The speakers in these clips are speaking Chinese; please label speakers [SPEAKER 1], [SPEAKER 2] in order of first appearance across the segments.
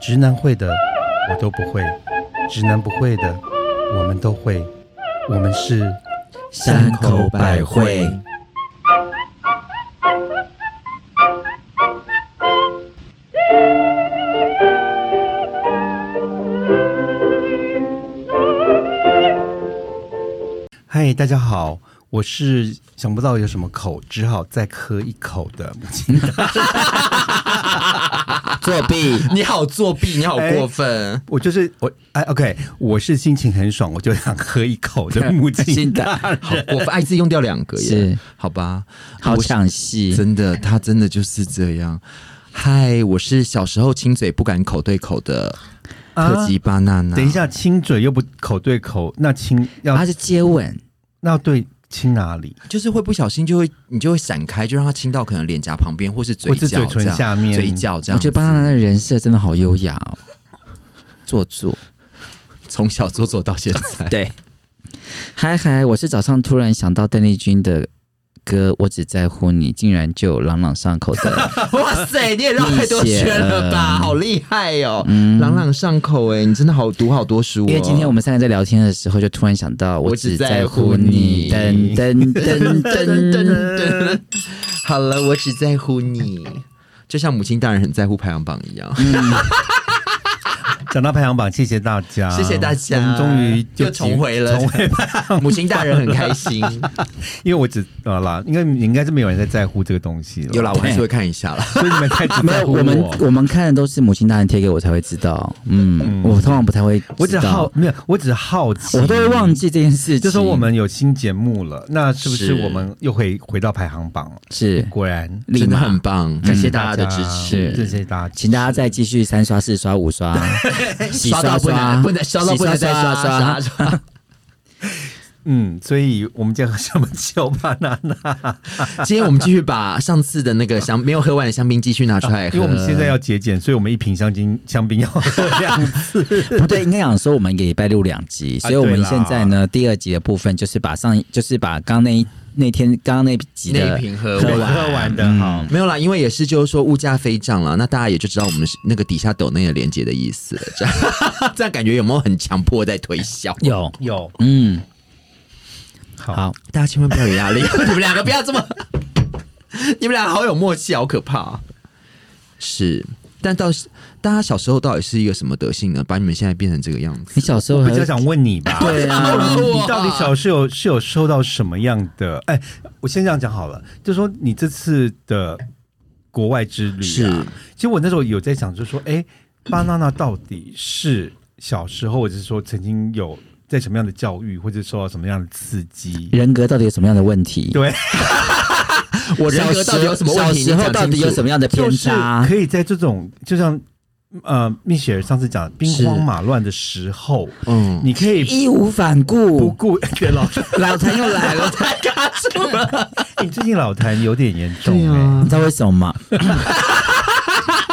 [SPEAKER 1] 直男会的我都不会，直男不会的我们都会，我们是
[SPEAKER 2] 山口百惠。
[SPEAKER 1] 嗨，大家好，我是想不到有什么口，只好再喝一口的母亲大。
[SPEAKER 2] 作弊，
[SPEAKER 3] 你好作弊，你好过分。
[SPEAKER 1] 我就是我，哎，OK，我是心情很爽，我就想喝一口的母 亲
[SPEAKER 2] 真的
[SPEAKER 1] 大人。
[SPEAKER 3] 哎好过分，爱自己用掉两个耶，
[SPEAKER 2] 是
[SPEAKER 3] 好吧？
[SPEAKER 2] 好
[SPEAKER 3] 我
[SPEAKER 2] 抢戏，
[SPEAKER 3] 真的，他真的就是这样。嗨，我是小时候亲嘴不敢口对口的特级巴娜娜。
[SPEAKER 1] 等一，下，亲嘴又不口对口，那亲要
[SPEAKER 2] 他是接吻，
[SPEAKER 1] 那要对亲哪里？
[SPEAKER 3] 就是会不小心就会你就会闪开，就让他亲到可能脸颊旁边或是嘴
[SPEAKER 1] 或是
[SPEAKER 3] 角
[SPEAKER 1] 嘴唇
[SPEAKER 3] 这样
[SPEAKER 1] 下面
[SPEAKER 3] 嘴角这
[SPEAKER 2] 我
[SPEAKER 3] 样子。
[SPEAKER 2] 觉得巴拿的人设真的好优雅哦，做作。
[SPEAKER 3] 从小做做到现在，
[SPEAKER 2] 对，嗨嗨，我是早上突然想到邓丽君的歌《我只在乎你》，竟然就朗朗上口 的
[SPEAKER 3] 哇塞，你也绕太多圈了吧，好厉害哦，朗朗上口哎，你真的好读好多书、哦。
[SPEAKER 2] 因为今天我们三个在聊天的时候，就突然想到，
[SPEAKER 3] 我
[SPEAKER 2] 只
[SPEAKER 3] 只在
[SPEAKER 2] 在
[SPEAKER 3] 乎
[SPEAKER 2] 乎你，
[SPEAKER 1] 你
[SPEAKER 2] 噔噔噔噔噔，
[SPEAKER 3] 好了，我只在乎你，就像母亲大人很在乎排行榜一样。
[SPEAKER 1] 讲到排行榜，谢谢大家，
[SPEAKER 3] 谢谢大家，
[SPEAKER 1] 我们终于就
[SPEAKER 3] 又重回了，
[SPEAKER 1] 重回，
[SPEAKER 3] 母亲大人很开心。
[SPEAKER 1] 因为我只啊啦，应该你应该是没有人在在乎这个东西了，
[SPEAKER 3] 有啦，我还是会看一下啦。
[SPEAKER 1] 所以你们太只
[SPEAKER 2] 没
[SPEAKER 1] 在
[SPEAKER 2] 有，
[SPEAKER 1] 乎
[SPEAKER 2] 我们 我们看的都是母亲大人贴给我才会知道，嗯，我通常不太会知道，
[SPEAKER 1] 我只好没有，我只好奇，
[SPEAKER 2] 我都会忘记这件事情。
[SPEAKER 1] 就说我们有新节目了，那是不是
[SPEAKER 3] 是
[SPEAKER 1] 我们又回回到排行榜了？
[SPEAKER 2] 是
[SPEAKER 1] 果然，
[SPEAKER 2] 立
[SPEAKER 3] 真的
[SPEAKER 2] 马
[SPEAKER 3] 很棒，感谢大家的支
[SPEAKER 1] 嗯谢
[SPEAKER 3] 持。
[SPEAKER 1] 谢大家。
[SPEAKER 2] 请大家再继续三刷、四刷、五 刷，洗
[SPEAKER 3] 刷
[SPEAKER 2] 刷
[SPEAKER 3] 到不
[SPEAKER 2] 刷，
[SPEAKER 3] 能不能刷到
[SPEAKER 2] 洗
[SPEAKER 3] 不能再
[SPEAKER 2] 刷
[SPEAKER 3] 刷刷
[SPEAKER 2] 刷。
[SPEAKER 3] 刷，
[SPEAKER 1] 嗯，所以我们今天喝什么酒 吧，娜娜？
[SPEAKER 3] 今天我们继续把上次的那个香没有喝完的香槟继续拿出来喝，
[SPEAKER 1] 因为我们现在要节俭，所以我们一瓶香精香槟要喝两次。
[SPEAKER 2] 不对，应该讲说我们一个礼拜录两集，
[SPEAKER 3] 啊
[SPEAKER 2] 所以我们现在呢，第二集的部分就是把上一，就是把刚那一那天刚刚那集
[SPEAKER 3] 那
[SPEAKER 2] 的
[SPEAKER 3] 一瓶喝
[SPEAKER 1] 对
[SPEAKER 3] 完。
[SPEAKER 1] 喝完
[SPEAKER 2] 嗯
[SPEAKER 1] 的好，
[SPEAKER 3] 没有啦，因为也是就是说物价飞涨了，那大家也就知道我们是那个底下抖内的连接的意思了，这样 这样感觉有没有很强迫在推销？
[SPEAKER 2] 有，
[SPEAKER 1] 有
[SPEAKER 2] 嗯，
[SPEAKER 1] 好，
[SPEAKER 2] 好，
[SPEAKER 3] 大家千万不要有压力，你们两个不要这么，你们俩好有默契，好可怕、啊。是，但到大家小时候到底是一个什么德性呢？把你们现在变成这个样子？
[SPEAKER 2] 你小时候
[SPEAKER 1] 我
[SPEAKER 2] 还
[SPEAKER 1] 比较想问你吧，
[SPEAKER 2] 对 啊，
[SPEAKER 1] 你到底小时候有是有收到什么样的？哎，我先这样讲好了，就说你这次的国外之旅、啊，
[SPEAKER 3] 是，
[SPEAKER 1] 其实我那时候有在想，就说，哎，巴娜娜到底是小时候，或者是说曾经有在什么样的教育，或者受到什么样的刺激？
[SPEAKER 2] 人格到底有什么样的问题？
[SPEAKER 1] 对，
[SPEAKER 3] 我人格到底有什么啊问题？
[SPEAKER 2] 小时候到底有什
[SPEAKER 3] 么？
[SPEAKER 2] 么样的偏
[SPEAKER 1] 就是
[SPEAKER 2] 差
[SPEAKER 1] 可？以在这种就像呃，蜜雪儿上次讲兵荒马乱的时候，
[SPEAKER 3] 嗯
[SPEAKER 1] 你可以
[SPEAKER 2] 义无反
[SPEAKER 1] 不
[SPEAKER 2] 顾，
[SPEAKER 1] 顾。 对老师，
[SPEAKER 2] 老谭又来 了。
[SPEAKER 3] 太卡住了，
[SPEAKER 1] 你最近老痰有点严重、哎。
[SPEAKER 2] 你知道为什么 吗？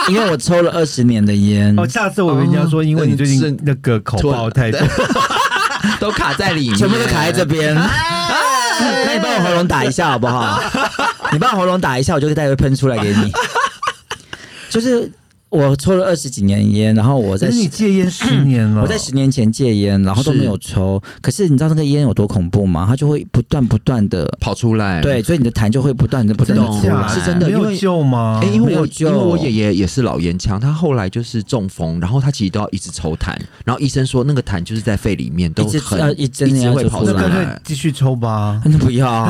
[SPEAKER 2] 因为我抽了二十年的烟，
[SPEAKER 1] 哦，下次我跟人家说，因为你最
[SPEAKER 3] 嗯是
[SPEAKER 1] 近那个口爆太多，
[SPEAKER 3] 都卡在里面，
[SPEAKER 2] 全部都卡在这边。啊那你帮我喉咙打一下好不好？你帮我喉咙打一下，我就待会喷出来给你。就是我抽了二十几年烟，然后我在
[SPEAKER 1] 但是你戒烟十年了，
[SPEAKER 2] 我在十年前戒烟，然后都
[SPEAKER 3] 是
[SPEAKER 2] 没有抽。可是你知道那个烟有多恐怖吗？它就会不断不断的，
[SPEAKER 3] 跑出来。
[SPEAKER 2] 对，所以你的痰就会不断的不断的
[SPEAKER 3] 真
[SPEAKER 2] 出
[SPEAKER 3] 的
[SPEAKER 1] 假
[SPEAKER 2] 来。
[SPEAKER 3] 是真的
[SPEAKER 1] 没
[SPEAKER 3] 因
[SPEAKER 1] 有
[SPEAKER 3] 为
[SPEAKER 1] 救吗
[SPEAKER 3] 哎、？因为
[SPEAKER 2] 哦没有
[SPEAKER 3] 我因为我
[SPEAKER 2] 救
[SPEAKER 3] 爷爷也是老烟枪，他后来就是中风，然后他其实都要一直抽痰，然后医生说那个痰就是在肺里面，都
[SPEAKER 2] 一直
[SPEAKER 3] 很
[SPEAKER 2] 呃一真的
[SPEAKER 3] 一直
[SPEAKER 2] 要
[SPEAKER 3] 会
[SPEAKER 2] 就
[SPEAKER 3] 跑
[SPEAKER 2] 出
[SPEAKER 3] 出
[SPEAKER 1] 那
[SPEAKER 2] 来
[SPEAKER 1] 干
[SPEAKER 3] 来
[SPEAKER 1] 脆。继续抽吧。
[SPEAKER 2] 那不 要，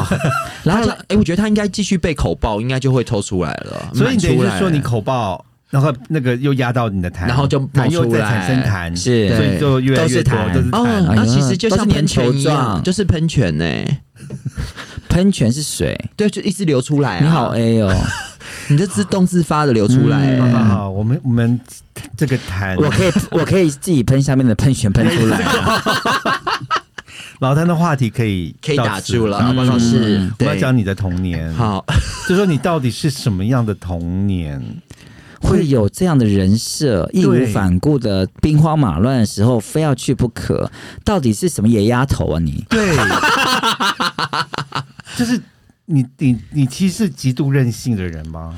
[SPEAKER 2] 然
[SPEAKER 3] 然
[SPEAKER 2] 后
[SPEAKER 3] 后，哎、我觉得他应该继续被口爆，应该就会抽出来了。
[SPEAKER 1] 所以你等于
[SPEAKER 3] 满出
[SPEAKER 1] 是
[SPEAKER 3] 来
[SPEAKER 1] 说你口爆，然后那个又压到你的痰，
[SPEAKER 3] 然后就冒
[SPEAKER 1] 痰又
[SPEAKER 3] 出
[SPEAKER 1] 再
[SPEAKER 3] 来
[SPEAKER 1] 产生痰，
[SPEAKER 2] 是
[SPEAKER 1] 所以就越来越多
[SPEAKER 2] 都
[SPEAKER 1] 都
[SPEAKER 2] 是
[SPEAKER 1] 是
[SPEAKER 2] 痰
[SPEAKER 3] 哦，
[SPEAKER 1] 痰。
[SPEAKER 3] 那
[SPEAKER 2] 哎呀
[SPEAKER 3] 其实就像喷泉一
[SPEAKER 2] 都是粘球
[SPEAKER 3] 样，
[SPEAKER 2] 状
[SPEAKER 3] 就是喷泉呢、
[SPEAKER 2] 喷泉是水，
[SPEAKER 3] 对，就一直流出来、啊。
[SPEAKER 2] 你好嗯 A 哦，
[SPEAKER 3] 你就自动自发的流出来、
[SPEAKER 1] 好好
[SPEAKER 3] 欸。
[SPEAKER 1] 好，我们我们这个痰，
[SPEAKER 2] 我可以我可以自己喷下面的喷泉喷出来。啊
[SPEAKER 1] 老痰的话题可以
[SPEAKER 3] 可以
[SPEAKER 1] 到
[SPEAKER 3] 打
[SPEAKER 1] 此
[SPEAKER 3] 住了
[SPEAKER 1] 打不到
[SPEAKER 3] 嗯
[SPEAKER 1] 此
[SPEAKER 3] 是
[SPEAKER 1] 我们要
[SPEAKER 3] 对
[SPEAKER 1] 讲你的童年，
[SPEAKER 3] 好，
[SPEAKER 1] 就说你到底是什么样的童年？
[SPEAKER 2] 会有这样的人设，义无反顾的兵荒马乱的时候非要去不可，到底是什么野丫头啊你？
[SPEAKER 1] 对， 就是你你你其实是极度任性的人吗？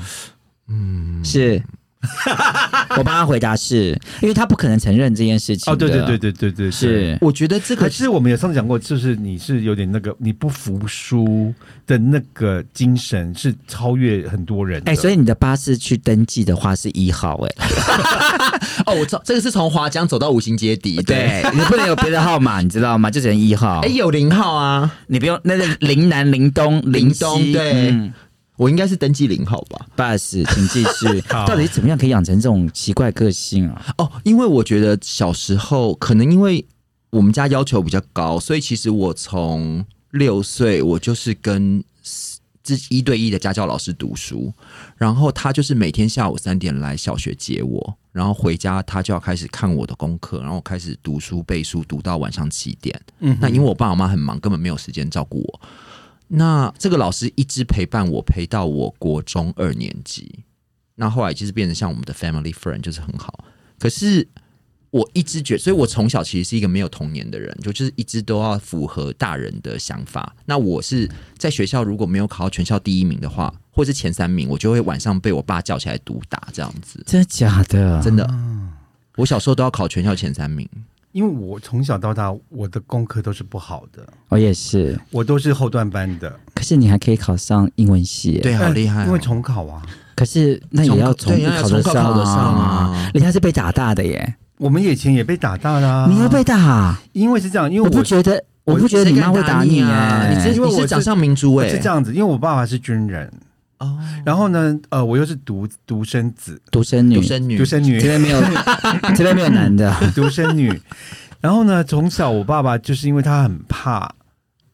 [SPEAKER 2] 是 我帮他回答是，因为他不可能承认这件事情的。
[SPEAKER 1] 哦，对对对对对对，对。
[SPEAKER 2] 是
[SPEAKER 3] 我觉得这
[SPEAKER 1] 可
[SPEAKER 3] 个
[SPEAKER 1] 是我们有上次讲过，就是你是有点那个你不服输的那个精神是超越很多人的。
[SPEAKER 2] 哎、所以你的巴士去登记的话是一号、哎，
[SPEAKER 3] 哦，我知道这个是从华江走到五星街底，对。
[SPEAKER 2] 对你不能有别的号码，你知道吗？就只能一号。
[SPEAKER 3] 哎，有零号啊，
[SPEAKER 2] 你不用那个林南、林东、
[SPEAKER 3] 林
[SPEAKER 2] 西
[SPEAKER 3] 东对
[SPEAKER 2] 嗯
[SPEAKER 3] 我应该是登记零号吧？
[SPEAKER 2] ，bus，请继续。
[SPEAKER 1] 好
[SPEAKER 2] 到底怎么样可以养成这种奇怪个性啊？
[SPEAKER 3] 哦，因为我觉得小时候可能因为我们家要求比较高，所以其实我从六岁我就是跟自己一对一的家教老师读书，然后他就是每天下午三点来小学接我，然后回家他就要开始看我的功课，然后我开始读书背书，读到晚上七点。
[SPEAKER 1] 嗯哼
[SPEAKER 3] 那因为我爸我妈很忙，根本没有时间照顾我。那这个老师一直陪伴我，陪到我国中二年级。那后来其实变成像我们的 family friend，就是很好。可是我一直觉所以我从小其实是一个没有童年的人，就就是一直都要符合大人的想法。那我是在学校如果没有考到全校第一名的话，或是前三名，我就会晚上被我爸叫起来毒打这样子。
[SPEAKER 2] 真的假的？
[SPEAKER 3] 真的，我小时候都要考全校前三名。
[SPEAKER 1] 因为我从小到大我的功课都是不好的，
[SPEAKER 2] 我哦也是。
[SPEAKER 1] 我都是后段班的，
[SPEAKER 2] 可是你还可以考上英文系、哎
[SPEAKER 3] 对，好厉害哦、
[SPEAKER 1] 因为重考啊，
[SPEAKER 2] 可是那也要
[SPEAKER 3] 重
[SPEAKER 2] 重
[SPEAKER 3] 考
[SPEAKER 2] 考
[SPEAKER 3] 对要
[SPEAKER 2] 得
[SPEAKER 3] 重考
[SPEAKER 2] 上
[SPEAKER 3] 考得上啊
[SPEAKER 2] 啊！人家是被打大的耶，
[SPEAKER 1] 我们以前也被打大
[SPEAKER 3] 啊
[SPEAKER 1] 啦、
[SPEAKER 2] 你又被打、
[SPEAKER 1] 因为是这样，因为
[SPEAKER 2] 我
[SPEAKER 1] 我
[SPEAKER 2] 不觉得，
[SPEAKER 1] 我
[SPEAKER 2] 我不觉得你妈会打你耶、
[SPEAKER 3] 啊！你
[SPEAKER 1] 因
[SPEAKER 3] 这
[SPEAKER 1] 为
[SPEAKER 3] 你
[SPEAKER 1] 我
[SPEAKER 3] 是
[SPEAKER 1] 是
[SPEAKER 3] 掌上明珠
[SPEAKER 1] 我
[SPEAKER 3] 哎、
[SPEAKER 1] 是这样子，因为我爸爸是军人，
[SPEAKER 3] 哦，
[SPEAKER 1] 然后呢，呃，我又是独独生子，
[SPEAKER 2] 独生女，
[SPEAKER 3] 独生女
[SPEAKER 1] 独生女
[SPEAKER 2] 这，边 没有，这边没有男的，
[SPEAKER 1] 独生女。然后呢，从小我爸爸就是因为他很怕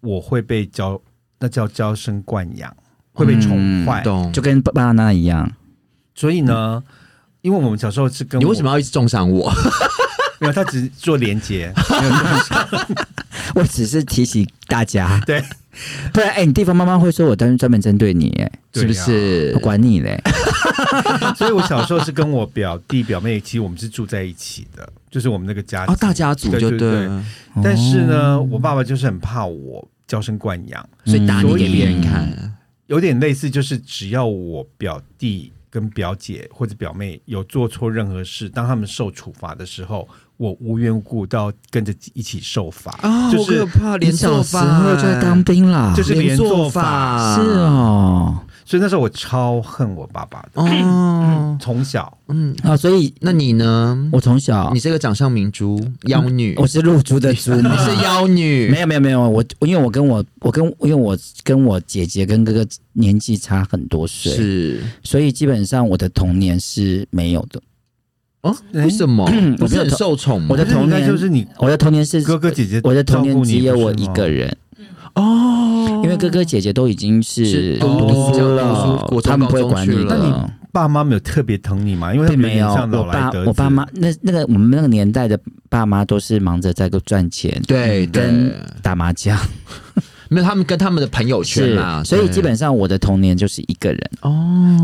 [SPEAKER 1] 我会被娇，那叫娇生惯养，会被宠坏。
[SPEAKER 3] 嗯懂
[SPEAKER 2] 就跟爸爸那一样。
[SPEAKER 1] 所以呢，因为我们小时候是跟
[SPEAKER 3] 你
[SPEAKER 1] 我
[SPEAKER 3] 为什么要一直重伤 我？
[SPEAKER 1] 没有他只是做连接，
[SPEAKER 2] 我只是提醒大家，
[SPEAKER 1] 对，
[SPEAKER 2] 不然哎、你地方妈妈会说我专专门针对你耶，
[SPEAKER 1] 对
[SPEAKER 3] 是不
[SPEAKER 1] 啊
[SPEAKER 3] 是
[SPEAKER 2] 不？管你嘞。
[SPEAKER 1] 所以我小时候是跟我表弟表妹，其实我们是住在一起的，就是我们那个家
[SPEAKER 3] 哦，大家族
[SPEAKER 1] 对
[SPEAKER 3] 就
[SPEAKER 1] 对
[SPEAKER 3] 对哦
[SPEAKER 1] 对，但是呢，我爸爸就是很怕我娇生惯养，
[SPEAKER 3] 嗯所以打你
[SPEAKER 1] 所以
[SPEAKER 3] 给别人看。
[SPEAKER 1] 有点类似，就是只要我表弟跟表姐或者表妹有做错任何事，当他们受处罚的时候，我无缘无故都要跟着一起受罚
[SPEAKER 3] 啊
[SPEAKER 1] 就
[SPEAKER 3] 好
[SPEAKER 1] 是
[SPEAKER 3] 可怕，
[SPEAKER 2] 哦你
[SPEAKER 3] 连
[SPEAKER 2] 小
[SPEAKER 3] 坐
[SPEAKER 2] 时候就在当兵啦，
[SPEAKER 1] 就是
[SPEAKER 3] 连
[SPEAKER 1] 连
[SPEAKER 3] 坐
[SPEAKER 1] 坐
[SPEAKER 3] 法啊
[SPEAKER 1] 法
[SPEAKER 2] 是，哦，
[SPEAKER 1] 所以那时候我超恨我爸爸的，
[SPEAKER 3] 哦，
[SPEAKER 1] 从小
[SPEAKER 3] 嗯，
[SPEAKER 2] 啊，所以
[SPEAKER 3] 那你呢？
[SPEAKER 2] 我从小
[SPEAKER 3] 你这个掌上明珠妖女，
[SPEAKER 2] 我是露珠的珠
[SPEAKER 3] 你
[SPEAKER 2] 嘛，
[SPEAKER 3] 是妖女，
[SPEAKER 2] 没有没有没有，我因为我跟我我跟因为我跟我姐姐跟哥哥年纪差很多岁，
[SPEAKER 3] 是
[SPEAKER 2] 所以基本上我的童年是没有的。
[SPEAKER 3] 哦？为什么？不是很
[SPEAKER 2] 我没有
[SPEAKER 3] 受宠吗
[SPEAKER 2] 我的
[SPEAKER 1] 可是
[SPEAKER 2] 童
[SPEAKER 1] 应该
[SPEAKER 2] 年
[SPEAKER 1] 就是你
[SPEAKER 2] 我的童年是
[SPEAKER 1] 哥哥姐姐
[SPEAKER 2] 我的童年
[SPEAKER 1] 照顾
[SPEAKER 2] 只
[SPEAKER 1] 你
[SPEAKER 2] 有
[SPEAKER 1] 不是
[SPEAKER 2] 我
[SPEAKER 1] 吗
[SPEAKER 2] 一个人，
[SPEAKER 3] 哦
[SPEAKER 2] 因为哥哥姐姐都已经
[SPEAKER 3] 是哦
[SPEAKER 2] 是
[SPEAKER 3] 读
[SPEAKER 1] 读书
[SPEAKER 2] 书
[SPEAKER 3] 读书国
[SPEAKER 2] 了，
[SPEAKER 3] 中
[SPEAKER 2] 他们不会
[SPEAKER 3] 高中
[SPEAKER 2] 管
[SPEAKER 3] 去
[SPEAKER 2] 你
[SPEAKER 3] 了那
[SPEAKER 2] 了。
[SPEAKER 1] 爸妈没有特别疼你嘛，因为他
[SPEAKER 2] 并
[SPEAKER 1] 们有点
[SPEAKER 2] 没有，
[SPEAKER 1] 像
[SPEAKER 2] 我
[SPEAKER 1] 老
[SPEAKER 2] 爸
[SPEAKER 1] 来得子
[SPEAKER 2] 我爸妈嗯那那个我们那个年代的爸妈都是忙着在赚钱，
[SPEAKER 3] 对
[SPEAKER 2] 跟
[SPEAKER 3] 对，
[SPEAKER 2] 打麻将
[SPEAKER 3] 没有他们跟他们的朋友圈啊
[SPEAKER 2] 是
[SPEAKER 3] 啦，，
[SPEAKER 2] 所以
[SPEAKER 3] 对
[SPEAKER 2] 基本上我的童年就是一个人。
[SPEAKER 3] 哦，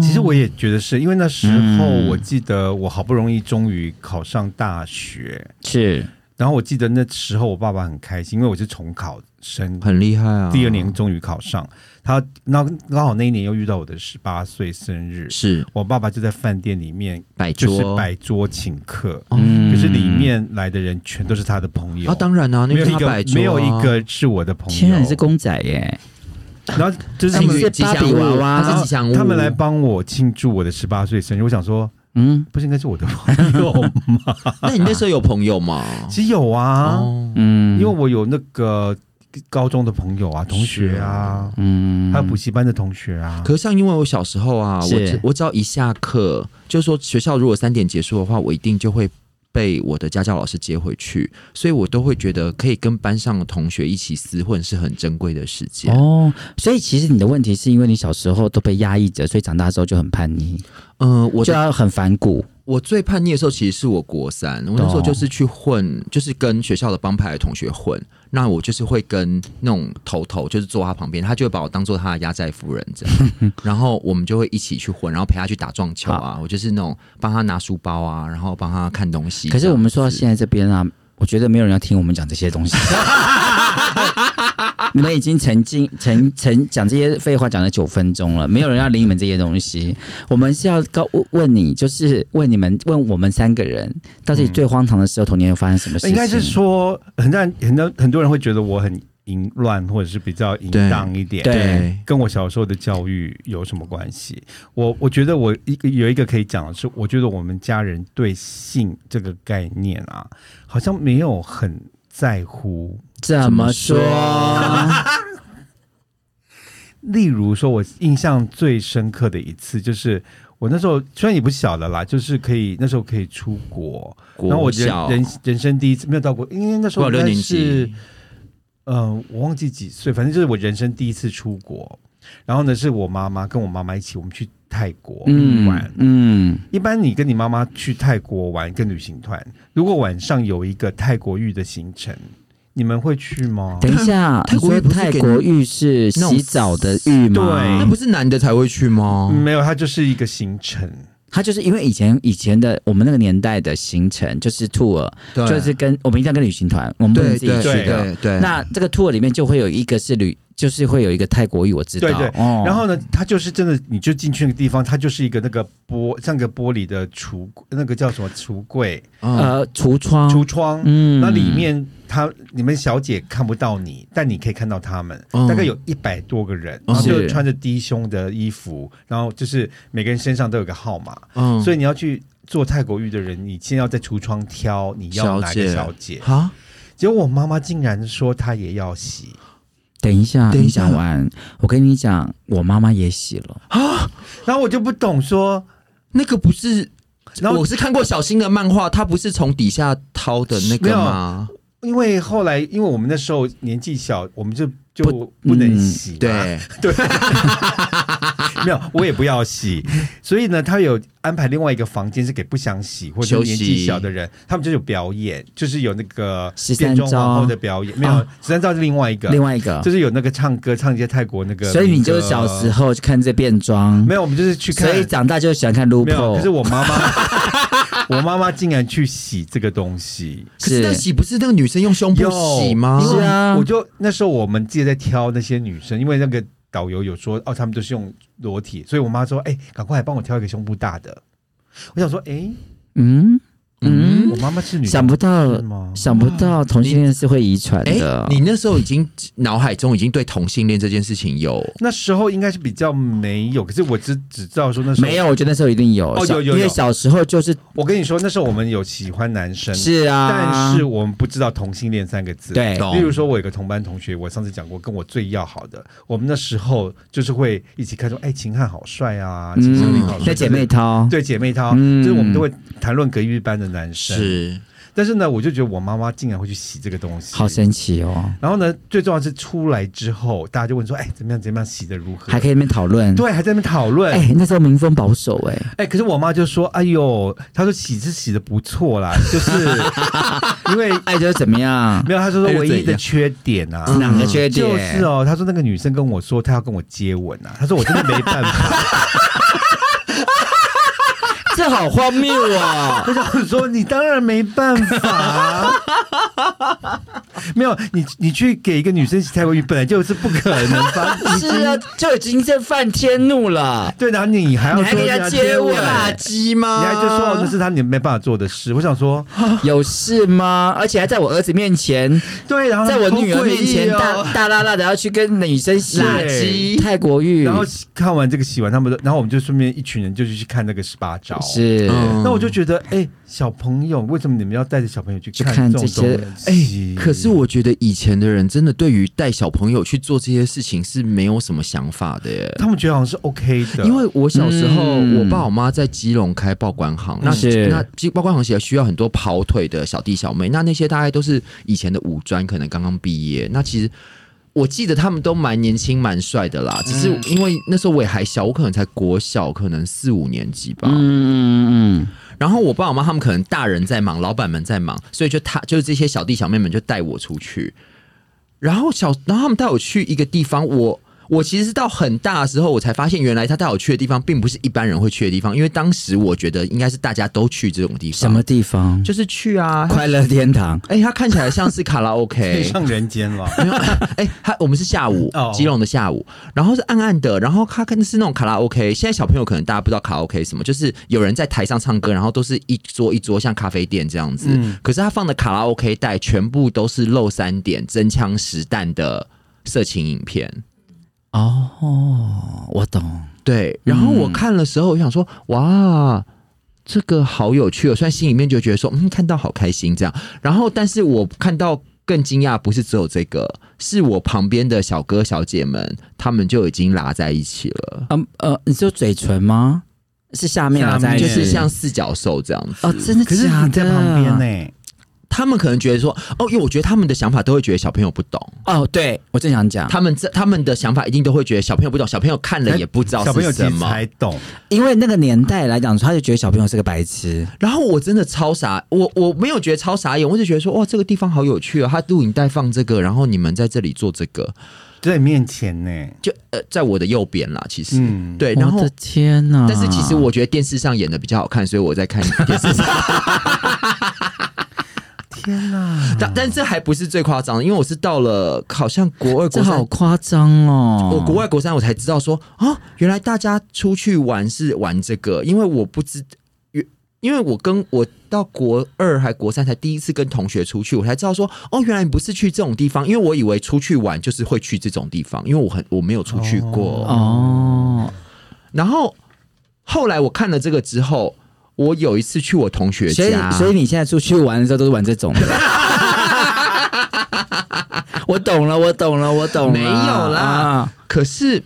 [SPEAKER 1] 其实我也觉得是因为那时候，
[SPEAKER 2] 嗯
[SPEAKER 1] 我记得我好不容易终于考上大学，
[SPEAKER 2] 是，
[SPEAKER 1] 然后我记得那时候我爸爸很开心，因为我是重考生，
[SPEAKER 3] 很厉害啊。
[SPEAKER 1] 第二年终于考上。他那刚好那一年又遇到我的十八岁生日，
[SPEAKER 3] 是
[SPEAKER 1] 我爸爸就在饭店里面
[SPEAKER 3] 摆桌，
[SPEAKER 1] 就是摆桌请客，
[SPEAKER 3] 嗯，
[SPEAKER 1] 可是里面来的人全都是他的朋友，
[SPEAKER 3] 啊，当然啊，
[SPEAKER 1] 没
[SPEAKER 3] 那个
[SPEAKER 1] 有
[SPEAKER 3] 是
[SPEAKER 1] 一
[SPEAKER 3] 他
[SPEAKER 1] 个、
[SPEAKER 3] 摆桌啊啊
[SPEAKER 1] 没有一，个是我的朋友，
[SPEAKER 2] 天然是公仔耶，
[SPEAKER 1] 然后就是他
[SPEAKER 3] 他
[SPEAKER 2] 哎
[SPEAKER 1] 们
[SPEAKER 2] 你是
[SPEAKER 3] 是吉祥啊
[SPEAKER 2] 芭比
[SPEAKER 3] 物
[SPEAKER 2] 娃娃
[SPEAKER 3] 他是吉祥物，
[SPEAKER 1] 他们来帮我庆祝我的十八岁生日，我想说
[SPEAKER 2] 嗯
[SPEAKER 1] 不是应该是我的朋友吗？
[SPEAKER 3] 那你那时候有朋 友吗？
[SPEAKER 1] 其实有啊，
[SPEAKER 3] 哦，
[SPEAKER 2] 嗯，
[SPEAKER 1] 因为我有那个高中的朋友啊，同学啊，
[SPEAKER 2] 嗯
[SPEAKER 1] 还有补习班的同学啊，
[SPEAKER 3] 可是像因为我小时候啊，我
[SPEAKER 2] 是
[SPEAKER 3] 只我只要一下课，就是说学校如果三点结束的话，我一定就会。被我的家教老师接回去，所以我都会觉得可以跟班上的同学一起厮混是很珍贵的时间。
[SPEAKER 2] 哦，所以其实你的问题是因为你小时候都被压抑着，所以长大之后就很叛逆，
[SPEAKER 3] 嗯、我
[SPEAKER 2] 就
[SPEAKER 3] 的
[SPEAKER 2] 要很反骨。
[SPEAKER 3] 我最叛逆的时候其实是我国三，我
[SPEAKER 2] 哦
[SPEAKER 3] 那时候就是去混，就是跟学校的帮派的同学混。那我就是会跟那种头头，就是坐他旁边，他就会把我当做他的压寨夫人这样。 然后我们就会一起去混，然后陪他去打撞球啊。我就是那种帮他拿书包啊，然后帮他看东西。
[SPEAKER 2] 可是我们
[SPEAKER 3] 这
[SPEAKER 2] 说到
[SPEAKER 3] 样 子
[SPEAKER 2] 现在这边啊，我觉得没有人要听我们讲这些东西。你们已经沉浸沉沉讲这些废话讲了九分钟了，没有人要理你们这些东西。我们是要告问问你，就是问你们问我们三个人，到底最荒唐的时候，童年有发生什么事
[SPEAKER 1] 嗯
[SPEAKER 2] 情？
[SPEAKER 1] 应该是说，很多人很多很多人会觉得我很淫乱，或者是比较淫荡一点。
[SPEAKER 2] 对
[SPEAKER 1] 跟我小时候的教育有什么关系？我我觉得我一个有一个可以讲的是，我觉得我们家人对性这个概念啊，好像没有很在乎。
[SPEAKER 2] 怎么说？
[SPEAKER 1] 例如说，我印象最深刻的一次就是。我那时候虽然也不小了啦，就是可以那时候可以出国，
[SPEAKER 3] 国
[SPEAKER 1] 然后我人
[SPEAKER 3] 小
[SPEAKER 1] 人人生第一次没有到过，因为那时
[SPEAKER 3] 国
[SPEAKER 1] 候应
[SPEAKER 3] 小六
[SPEAKER 1] 该
[SPEAKER 3] 年
[SPEAKER 1] 是
[SPEAKER 3] 级，
[SPEAKER 1] 嗯，我忘记几岁，反正就是我人生第一次出国。然后呢，是我妈妈跟我妈妈一起，我们去泰国玩。
[SPEAKER 2] 嗯嗯，
[SPEAKER 1] 一般你跟你妈妈去泰国玩，跟旅行团，如果晚上有一个泰国浴的行程，你们会去吗？
[SPEAKER 2] 等一 下，
[SPEAKER 3] 泰国
[SPEAKER 2] 你
[SPEAKER 3] 浴
[SPEAKER 2] 说
[SPEAKER 3] 不是
[SPEAKER 2] 泰
[SPEAKER 3] 给
[SPEAKER 2] 国浴是
[SPEAKER 3] 那种
[SPEAKER 2] 洗澡的浴吗？
[SPEAKER 3] 那不是男的才会去吗？
[SPEAKER 2] 嗯
[SPEAKER 1] 没有，它就是一个行程。
[SPEAKER 2] 他就是因为以前以前的我们那个年代的行程就是 tour，
[SPEAKER 3] 对
[SPEAKER 2] 就是跟我们一定要跟旅行团，我们不能
[SPEAKER 3] 对
[SPEAKER 2] 自
[SPEAKER 3] 对
[SPEAKER 2] 己去
[SPEAKER 1] 对
[SPEAKER 2] 的。
[SPEAKER 3] 对对，
[SPEAKER 2] 那这个 tour 里面就会有一个是旅，就是会有一个泰国语，我知道。
[SPEAKER 1] 对对
[SPEAKER 2] 哦
[SPEAKER 1] 然后呢，它就是真的，你就进去那个地方，它就是一个那个玻，像个玻璃的橱，那个叫什么橱柜、
[SPEAKER 3] 嗯
[SPEAKER 2] 呃，橱窗，
[SPEAKER 1] 橱窗，
[SPEAKER 2] 嗯
[SPEAKER 1] 那里面他你们小姐看不到你，但你可以看到他们，
[SPEAKER 3] 嗯
[SPEAKER 1] 大概有一百多个人，
[SPEAKER 3] 嗯
[SPEAKER 1] 然后就是穿着低胸的衣服，然后就是每个人身上都有个号码，
[SPEAKER 3] 嗯
[SPEAKER 1] 所
[SPEAKER 3] 以
[SPEAKER 1] 以你要去做泰国浴的人，你先要在橱窗挑你要哪个小姐。
[SPEAKER 3] 好，
[SPEAKER 1] 结果我妈妈竟然说她也要洗，
[SPEAKER 2] 等一下，
[SPEAKER 3] 等一
[SPEAKER 2] 你
[SPEAKER 3] 下
[SPEAKER 2] 讲完，我跟你讲，我妈妈也洗了。
[SPEAKER 1] 然后我就不懂说，
[SPEAKER 3] 那个不是。
[SPEAKER 1] 然后
[SPEAKER 3] 我是看过小新的漫画，他不是从底下掏的那个吗？
[SPEAKER 1] 因为后来因为我们那时候年纪小，我们就就不能
[SPEAKER 2] 嗯
[SPEAKER 1] 洗嘛、
[SPEAKER 3] 对，
[SPEAKER 1] 没有，我也不要洗。所以呢，他有安排另外一个房间是给不想洗或者
[SPEAKER 3] 休
[SPEAKER 1] 年
[SPEAKER 3] 息
[SPEAKER 1] 纪小的人，他们就有表演，就是有那个
[SPEAKER 2] 13
[SPEAKER 1] 变装皇后
[SPEAKER 2] 招
[SPEAKER 1] 的表演，没有十三招是另外一个，
[SPEAKER 2] 另外一个
[SPEAKER 1] 就，是有那个唱歌，唱一些泰国那个民歌。
[SPEAKER 2] 所以你就是小时候就看这变装
[SPEAKER 1] 没，有，我们就是去看
[SPEAKER 2] 所，以长大就喜欢看 l u
[SPEAKER 1] 没
[SPEAKER 2] p
[SPEAKER 1] 有。可是
[SPEAKER 2] o
[SPEAKER 1] 我妈 妈，我妈妈竟然去洗这个东西。
[SPEAKER 3] 可是那洗不是那个女生用胸部
[SPEAKER 1] 有
[SPEAKER 3] 洗吗？
[SPEAKER 1] 因为
[SPEAKER 2] 是啊
[SPEAKER 1] 我就那时候我们自己在挑那些女生，因为那个导游有说哦，他们都是用裸体，所以我妈说，哎、赶快来帮我挑一个胸部大的。我想说，哎、
[SPEAKER 2] 嗯嗯
[SPEAKER 1] 我，妈妈是女的
[SPEAKER 2] 想不到
[SPEAKER 1] 是，吗？
[SPEAKER 2] 想不
[SPEAKER 1] 嗯
[SPEAKER 2] 到同性恋是会遗传
[SPEAKER 3] 哎、
[SPEAKER 2] 的。
[SPEAKER 3] 你那时候已经脑海中已经对同性恋这件事情有
[SPEAKER 1] 那时候应该是比较没有，可是我只只知道说那时候
[SPEAKER 2] 没有，。我觉得那时候一定有
[SPEAKER 1] 哦，
[SPEAKER 2] 小
[SPEAKER 1] 有有有
[SPEAKER 2] 因为小时候就是
[SPEAKER 1] 我跟你说，那时候我们有喜欢男生，
[SPEAKER 2] 是啊，
[SPEAKER 1] 但是我们不知道同性恋三个字。
[SPEAKER 2] 对
[SPEAKER 3] 懂
[SPEAKER 1] 例如说，我有个同班同学，我上次讲过，跟我最要好的，我们那时候就是会一起看说，哎，秦汉好帅啊，秦孝林好
[SPEAKER 2] 嗯，
[SPEAKER 1] 帅，
[SPEAKER 2] 那姐妹淘，
[SPEAKER 1] 对姐妹淘，
[SPEAKER 2] 嗯
[SPEAKER 1] 就是我们都会谈论隔壁班的男生。，
[SPEAKER 3] 是
[SPEAKER 1] 但是呢，我就觉得我妈妈竟然会去洗这个东西，
[SPEAKER 2] 好神奇哦，
[SPEAKER 1] 然后呢，最重要是出来之后，大家就问说，哎，怎么样怎么样，洗的如何？
[SPEAKER 2] 还可以在那边讨论。
[SPEAKER 1] 对，还在那边讨论。
[SPEAKER 2] 哎、
[SPEAKER 1] 哎、
[SPEAKER 2] 那时候民风保守 哎、
[SPEAKER 1] 可是我妈就说：“哎呦，她说洗是洗的不错啦， 就是 因为
[SPEAKER 2] 爱哎就是怎么样？
[SPEAKER 1] 没有，她说说
[SPEAKER 3] 哎又
[SPEAKER 1] 唯
[SPEAKER 3] 怎
[SPEAKER 1] 一的
[SPEAKER 3] 样
[SPEAKER 1] 缺点啊，
[SPEAKER 2] 哪个缺点？
[SPEAKER 1] 就是哦，她说那个女生跟我说她要跟我接吻啊，她说我真的没办法，
[SPEAKER 2] 这好荒谬哦！
[SPEAKER 1] 我 想说你当然没办法、啊。” 没有，你你去给一个女生洗泰国浴，本来就是不可能吧？ 你
[SPEAKER 2] 是啊，就已经在犯天怒了，
[SPEAKER 1] 对，然后你还要
[SPEAKER 2] 你还
[SPEAKER 1] 说
[SPEAKER 2] 跟人家
[SPEAKER 1] 人家
[SPEAKER 2] 接
[SPEAKER 1] 接
[SPEAKER 2] 吻
[SPEAKER 1] 你
[SPEAKER 3] 鸡吗
[SPEAKER 1] 还就说哦那是她你没办法做的事。我想说，
[SPEAKER 2] 有事吗？而且还在我儿子面前，
[SPEAKER 1] 对，然后
[SPEAKER 2] 在我女
[SPEAKER 1] 啊好
[SPEAKER 2] 儿
[SPEAKER 1] 诡异
[SPEAKER 2] 面前
[SPEAKER 1] 哦
[SPEAKER 2] 大大拉拉的要去跟女生洗
[SPEAKER 1] 垃圾
[SPEAKER 2] 泰国浴，
[SPEAKER 1] 然后看完这个洗完他们的，然后我们就顺便一群人就去看那个十八招。，
[SPEAKER 2] 是、
[SPEAKER 3] 嗯
[SPEAKER 1] 那我就觉得，哎、小朋友，为什么你们要带着小朋友去
[SPEAKER 2] 去看
[SPEAKER 1] 这
[SPEAKER 2] 这些
[SPEAKER 1] 种
[SPEAKER 2] 哎
[SPEAKER 1] 东西？
[SPEAKER 3] 可是我觉得以前的人真的对于带小朋友去做这些事情是没有什么想法的耶。
[SPEAKER 1] 他们觉得好像是 OK 的，
[SPEAKER 3] 因为我小时候，
[SPEAKER 2] 嗯
[SPEAKER 3] 我爸我妈在基隆开报关行，那
[SPEAKER 2] 是
[SPEAKER 3] 那基报关行其实需要很多跑腿的小弟小妹，那那些大概都是以前的五专，可能刚刚毕业。那其实我记得他们都蛮年轻、蛮帅的啦，只是
[SPEAKER 2] 嗯
[SPEAKER 3] 因为那时候我也还小，我可能才国小，可能四五年级吧。
[SPEAKER 2] 嗯嗯嗯
[SPEAKER 3] 然后我爸我妈他们可能大人在忙，老板们在忙，所以就他就是这些小弟小妹们就带我出去。然后小，然后他们带我去一个地方，我我其实是到很大的时候，我才发现原来他带我去的地方，并不是一般人会去的地方。因为当时我觉得应该是大家都去这种地方，
[SPEAKER 2] 什么地方？
[SPEAKER 3] 就是去啊。
[SPEAKER 2] 快乐天堂。
[SPEAKER 3] 哎、他看起来像是卡拉
[SPEAKER 1] 飞
[SPEAKER 3] OK，
[SPEAKER 1] 上人间了。
[SPEAKER 3] 没有， 哎、他我们是下午
[SPEAKER 1] 哦，
[SPEAKER 3] 基隆的下午，然后是暗暗的，然后他看的是那种卡拉 OK。现在小朋友可能大家不知道卡拉 OK 是什么，就是有人在台上唱歌，然后都是一桌一桌像咖啡店这样子。
[SPEAKER 1] 嗯
[SPEAKER 3] 可是他放的卡拉 OK 带全部都是露三点、真枪实弹的色情影片。
[SPEAKER 2] 哦，我懂。
[SPEAKER 3] 对，然后
[SPEAKER 1] 嗯
[SPEAKER 3] 我看的时候，我想说，哇。这个好有趣哦！虽然心里面就觉得说，嗯，看到好开心这样。然后，但是我看到更惊讶，不是只有这个，是我旁边的小哥小姐们，他们就已经拉在一起了，
[SPEAKER 2] 嗯呃，你说嘴唇吗？是下面
[SPEAKER 1] 下
[SPEAKER 2] 啊，
[SPEAKER 1] 面
[SPEAKER 2] 在
[SPEAKER 1] 哎
[SPEAKER 3] 就是像四脚兽这样子。
[SPEAKER 2] 哦，真的
[SPEAKER 1] 可是
[SPEAKER 2] 假
[SPEAKER 1] 你在
[SPEAKER 2] 的？
[SPEAKER 1] 旁边呢、哎
[SPEAKER 3] 他们可能觉得说，哦，因为我觉得他们的想法都会觉得小朋友不懂，
[SPEAKER 2] 哦，对我正想讲，
[SPEAKER 3] 他们这他们的想法一定都会觉得小朋友不懂，小朋友看了也不知道
[SPEAKER 1] 哎小朋友
[SPEAKER 3] 是
[SPEAKER 1] 其
[SPEAKER 3] 什
[SPEAKER 1] 实
[SPEAKER 3] 么。
[SPEAKER 1] 才懂，
[SPEAKER 2] 因为那个年代来讲，他就觉得小朋友是个白痴。
[SPEAKER 3] 然后我真的超傻，我我没有觉得超傻眼，我就觉得说，哇，这个地方好有趣啊！他录影带放这个，然后你们在这里做这个，
[SPEAKER 1] 在你面前呢、
[SPEAKER 3] 就呃，在我的右边啦，其实、
[SPEAKER 1] 嗯，
[SPEAKER 3] 对，然
[SPEAKER 2] 我
[SPEAKER 3] 后
[SPEAKER 2] 的。天哪！
[SPEAKER 3] 但是其实我觉得电视上演的比较好看，所以我在看电视上。
[SPEAKER 1] 天 哪！
[SPEAKER 3] 但但这还不是最夸张的，因为我是到了好像国二
[SPEAKER 2] 这
[SPEAKER 3] 国三
[SPEAKER 2] 好，夸张哦！
[SPEAKER 3] 我国外国三我才知道说啊，原来大家出去玩是玩这个，因为我不知，因因为我跟我到国二还国三才第一次跟同学出去，我才知道说哦，原来你不是去这种地方，因为我以为出去玩就是会去这种地方，因为我很我没有出去过。
[SPEAKER 2] 哦，
[SPEAKER 3] 然后后来我看了这个之后，我有一次去我同学
[SPEAKER 2] 所以
[SPEAKER 3] 家，
[SPEAKER 2] 所以你现在出去玩的时候都是玩 这种的。我懂了，我懂了，我懂了。
[SPEAKER 3] 没有啦
[SPEAKER 2] 啊
[SPEAKER 3] 可是，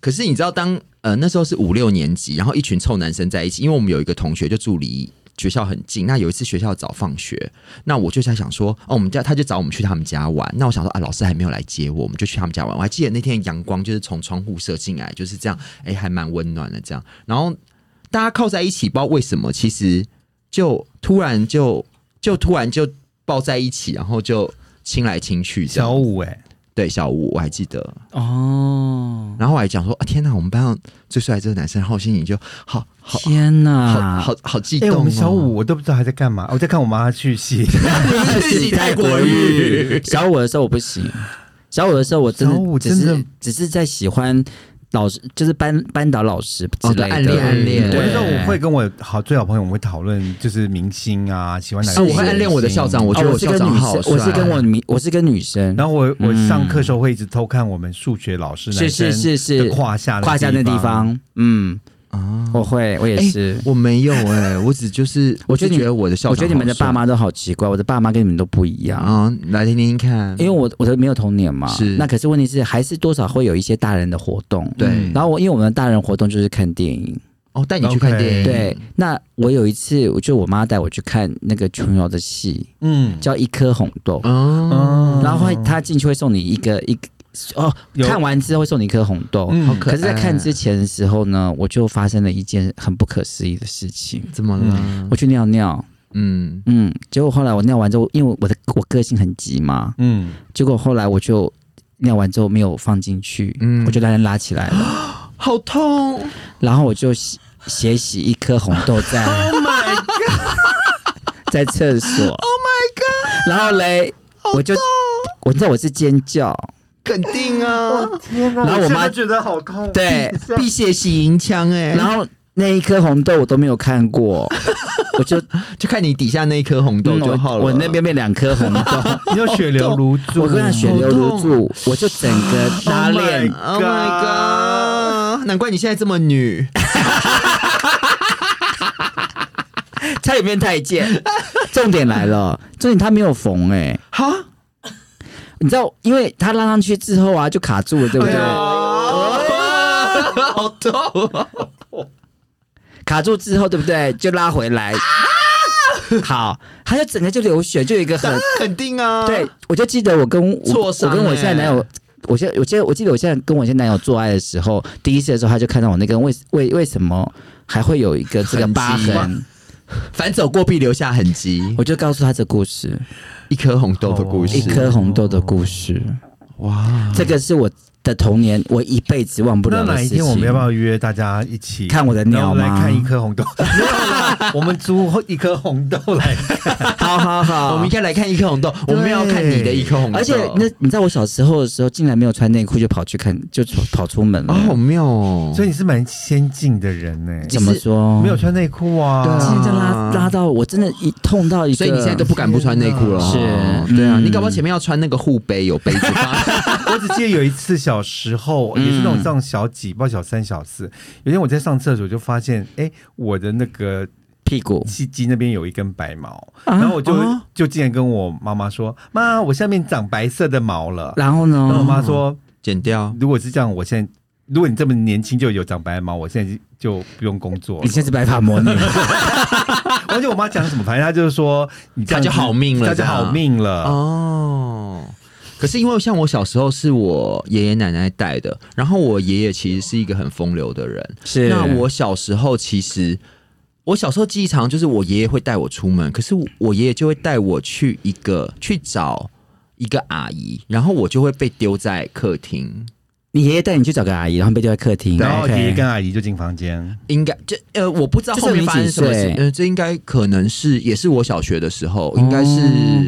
[SPEAKER 3] 可是你知道当，呃那时候是五六年级，然后一群臭男生在一起，因为我们有一个同学就住离学校很近。那有一次学校早放学，那我就在想说，哦，我们家他就找我们去他们家玩。那我想说啊，老师还没有来接我，我们就去他们家玩。我还记得那天阳光就是从窗户射进来，就是这样，哎、还蛮温暖的这样。然后大家靠在一起，不知道为什么，其实就突然就就突然就抱在一起，然后就亲来亲去这样
[SPEAKER 1] 小五哎、
[SPEAKER 3] 对小五，我还记得。
[SPEAKER 2] 哦，
[SPEAKER 3] 然后我还讲说啊，天哪，我们班上最帅的这个男生，然后我心里就好好
[SPEAKER 2] 天
[SPEAKER 3] 好
[SPEAKER 2] 哪！
[SPEAKER 3] 好好激
[SPEAKER 1] 哎、
[SPEAKER 3] 动、哦
[SPEAKER 1] 我们小，五我都不知道还在干嘛，我在看我妈去戏。
[SPEAKER 3] 自己泰国语，
[SPEAKER 2] 小五的时候我不行，小五的时候我真
[SPEAKER 1] 小五
[SPEAKER 2] 的只
[SPEAKER 1] 真的
[SPEAKER 2] 是只是在喜欢老师，就是班班导老师之
[SPEAKER 3] 哦
[SPEAKER 2] 类的。
[SPEAKER 3] 暗恋暗恋
[SPEAKER 1] 我
[SPEAKER 2] 对
[SPEAKER 1] 那时候我会跟我好最好朋友，我们会讨论就是明星啊，喜欢哪
[SPEAKER 3] 啊
[SPEAKER 1] 个
[SPEAKER 3] 我
[SPEAKER 1] 明
[SPEAKER 3] 会
[SPEAKER 1] 星。
[SPEAKER 3] 暗恋我的校长
[SPEAKER 2] 哦
[SPEAKER 3] 我觉得
[SPEAKER 2] 我是
[SPEAKER 3] 校
[SPEAKER 2] 跟
[SPEAKER 3] 长
[SPEAKER 2] 女
[SPEAKER 3] 好
[SPEAKER 2] 生，我是
[SPEAKER 3] 帅
[SPEAKER 2] 跟我女，我是跟女生，
[SPEAKER 1] 然后我我上课的时候会一直偷看我们数学老师
[SPEAKER 2] 是
[SPEAKER 1] 男生
[SPEAKER 2] 是是
[SPEAKER 1] 的
[SPEAKER 2] 是
[SPEAKER 1] 胯下
[SPEAKER 2] 胯下那地。方，嗯，
[SPEAKER 3] 啊
[SPEAKER 2] 我会，我也
[SPEAKER 3] 哎
[SPEAKER 2] 是。
[SPEAKER 3] 我没有哎、我只就是
[SPEAKER 2] 我觉得
[SPEAKER 3] 只
[SPEAKER 2] 你
[SPEAKER 3] 觉得我的校长好
[SPEAKER 2] 我觉
[SPEAKER 3] 帅，
[SPEAKER 2] 得你们的爸妈都好奇怪，我的爸妈跟你们都不一样。
[SPEAKER 3] 啊，来听听看，
[SPEAKER 2] 因为我我的没有童年嘛，
[SPEAKER 3] 是
[SPEAKER 2] 那可是问题是还是多少会有一些大人的活动，
[SPEAKER 3] 对
[SPEAKER 2] 嗯然后我因为我们的大人活动就是看电影，
[SPEAKER 3] 哦带你去看
[SPEAKER 1] OK
[SPEAKER 3] 电影，
[SPEAKER 2] 对。那我有一次，我就我妈带我去看那个琼瑶的戏，
[SPEAKER 1] 嗯
[SPEAKER 2] 叫《一颗红豆》，
[SPEAKER 3] 哦，
[SPEAKER 1] 嗯
[SPEAKER 2] 然后会她进去会送你一个一个哦，
[SPEAKER 1] 有
[SPEAKER 2] 看完之后会送你一颗红豆。
[SPEAKER 1] 嗯
[SPEAKER 3] 好可
[SPEAKER 2] 可
[SPEAKER 3] 爱。
[SPEAKER 2] 是，在看之前的时候呢，我就发生了一件很不可思议的事情。
[SPEAKER 3] 怎么了？
[SPEAKER 2] 我去尿尿，
[SPEAKER 3] 嗯，
[SPEAKER 2] 嗯，结果后来我尿完之后，因为我的我个性很急嘛，
[SPEAKER 1] 嗯，
[SPEAKER 2] 结果后来我就尿完之后没有放进去，
[SPEAKER 3] 嗯
[SPEAKER 2] 我就把它拉起来 了，
[SPEAKER 3] 好痛
[SPEAKER 2] 然后我就洗血洗一颗红豆在
[SPEAKER 1] Oh my God
[SPEAKER 2] 在厕所，Oh my god！然后嘞，我就我知道我是尖叫，
[SPEAKER 3] 肯定啊，
[SPEAKER 1] 天哪！
[SPEAKER 2] 然后我妈
[SPEAKER 1] 现在觉得好痛。
[SPEAKER 2] 对，
[SPEAKER 3] 辟邪洗银枪哎，
[SPEAKER 2] 然后那一颗红豆我都没有看 过，我就
[SPEAKER 3] 就看你底下那一颗红豆
[SPEAKER 2] 嗯
[SPEAKER 3] 就好
[SPEAKER 2] 我
[SPEAKER 3] 了。
[SPEAKER 2] 我那边被两颗红豆。
[SPEAKER 1] 你有血流如注，
[SPEAKER 2] 我跟他血流如注，我就整个拉
[SPEAKER 1] Oh my
[SPEAKER 2] 链
[SPEAKER 3] Oh my god！难怪你现在这么女，
[SPEAKER 2] 差点变太监。重点来了，重点他没有缝哎、
[SPEAKER 3] 哈？
[SPEAKER 2] 你知道，因为他拉上去之后啊，就卡住了，对不对？
[SPEAKER 3] 啊 好痛哦！
[SPEAKER 2] 卡住之后，对不对？就拉回来。好，他就整个就流血，就有一个 很
[SPEAKER 3] 当然肯定啊，
[SPEAKER 2] 对，我就记得我跟我
[SPEAKER 3] 挫
[SPEAKER 2] 我
[SPEAKER 3] 伤
[SPEAKER 2] 跟我现在
[SPEAKER 3] 欸
[SPEAKER 2] 男友，我现在我记得我记得我现在跟我现在男友做爱的时候，第一次的时候他就看到我那根为为为什么还会有一个这个
[SPEAKER 3] 痕迹
[SPEAKER 2] 疤痕
[SPEAKER 3] 吗，反走过必留下痕迹，哦
[SPEAKER 2] 我就告诉他这故事，
[SPEAKER 3] 一颗红豆的故事，
[SPEAKER 2] 一颗红豆的故事。
[SPEAKER 3] 哇！
[SPEAKER 2] 这个是我的童年，我一辈子忘不
[SPEAKER 1] 那
[SPEAKER 2] 了的
[SPEAKER 1] 哪
[SPEAKER 2] 事
[SPEAKER 1] 一
[SPEAKER 2] 情。
[SPEAKER 1] 天我们要不要约大家一起
[SPEAKER 2] 看我的
[SPEAKER 1] 然后
[SPEAKER 2] 鸟
[SPEAKER 1] 来
[SPEAKER 2] 吗？
[SPEAKER 1] 看一颗红 豆？没有啦，我们租一颗红豆来
[SPEAKER 2] 好好好，
[SPEAKER 3] 我们应该来看一颗红豆，我们要看你的一颗红豆，
[SPEAKER 2] 而且那你知道我小时候的时候，竟然没有穿内裤就跑去看，就跑出门了。
[SPEAKER 3] 啊，好妙哦，
[SPEAKER 1] 所以你是蛮先进的人呢、
[SPEAKER 2] 怎么说？
[SPEAKER 1] 没有穿内裤
[SPEAKER 3] 对
[SPEAKER 1] 啊
[SPEAKER 3] 啊？
[SPEAKER 2] 现在拉拉到我真的，一痛到一个。
[SPEAKER 3] 所以你现在都不敢不穿内裤了哦，
[SPEAKER 2] 是
[SPEAKER 3] 对啊，
[SPEAKER 2] 嗯
[SPEAKER 3] 你搞不好前面要穿那个护杯，有杯 子吧？
[SPEAKER 1] 我只记得有一次小时
[SPEAKER 2] 嗯
[SPEAKER 1] 候，也是那种上小几，不知道小三小四。有一天我在上厕所就发现，哎、我的那个
[SPEAKER 2] 屁股
[SPEAKER 1] 鸡鸡那边有一根白毛，然后我就、
[SPEAKER 2] 哦
[SPEAKER 3] 啊
[SPEAKER 1] 就竟然跟我妈妈说：“妈，我下面长白色的毛了。”
[SPEAKER 2] 然后
[SPEAKER 1] 然后我
[SPEAKER 2] 呢？
[SPEAKER 1] 妈说
[SPEAKER 3] 剪掉：“，
[SPEAKER 1] 如果是这样，我现在如果你这么年轻就有长白毛，我现在就不用工作
[SPEAKER 2] 你
[SPEAKER 1] 了。
[SPEAKER 2] 现在是白发魔女，
[SPEAKER 1] 而且我妈讲什么，反正她就是说你这样子
[SPEAKER 3] 她就好命了
[SPEAKER 1] 她就好命了。
[SPEAKER 3] 哦。可是因为像我小时候是我爷爷奶奶带的，然后我爷爷其实是一个很风流的人。
[SPEAKER 2] 是
[SPEAKER 3] 那我小时候其实，我小时候记忆长就是我爷爷会带我出门，可是我爷爷就会带我去一个去找一个阿姨，然后我就会被丢在客厅。
[SPEAKER 2] 你爷爷带你去找个阿姨，然后被丢在客厅，
[SPEAKER 1] 然后
[SPEAKER 2] OK
[SPEAKER 1] 爷爷跟阿姨就进房间，
[SPEAKER 3] 应该这呃，我不知道
[SPEAKER 2] 这是
[SPEAKER 3] 后面
[SPEAKER 2] 你
[SPEAKER 3] 发生
[SPEAKER 2] 几
[SPEAKER 3] 什么事
[SPEAKER 2] 岁。
[SPEAKER 3] 呃，这应该可能是也是我小学的时候，应该是、
[SPEAKER 1] 哦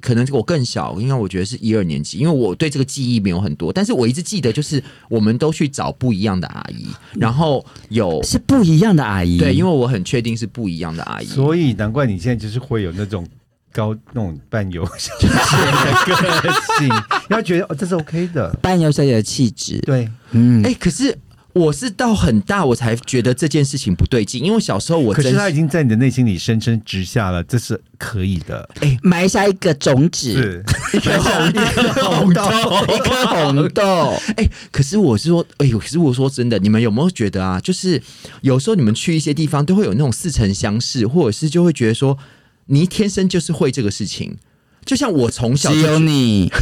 [SPEAKER 3] 可能我更小，应该我觉得是一二年级，因为我对这个记忆没有很多，但是我一直记得就是我们都去找不一样的阿姨，
[SPEAKER 1] 嗯
[SPEAKER 3] 然后有
[SPEAKER 2] 是不一样的阿姨，
[SPEAKER 3] 对，因
[SPEAKER 2] 为
[SPEAKER 3] 为我很确定是不一样的阿姨。
[SPEAKER 1] 所以难怪你现在就是会有那种高那种伴游 小姐的个性，然后觉得哦这是 OK 的，
[SPEAKER 2] 伴游小姐的气质，
[SPEAKER 1] 对，
[SPEAKER 2] 嗯
[SPEAKER 3] 哎、，可是我是到很大我才觉得这件事情不对劲，因为小时候我
[SPEAKER 1] 可
[SPEAKER 3] 真
[SPEAKER 1] 是他已经在你的内心里深深植下了，这是可以的，
[SPEAKER 2] 埋下一个种子，
[SPEAKER 1] 是
[SPEAKER 3] 红豆，
[SPEAKER 2] 一颗红豆，
[SPEAKER 3] 哎、可是我是说，哎、呦，可是我说真的，你们有没有觉得啊？就是有时候你们去一些地方，都会有那种似曾相识，或者是就会觉得说，你天生就是会这个事情。就像我从小
[SPEAKER 2] 只
[SPEAKER 3] 就
[SPEAKER 2] 有你，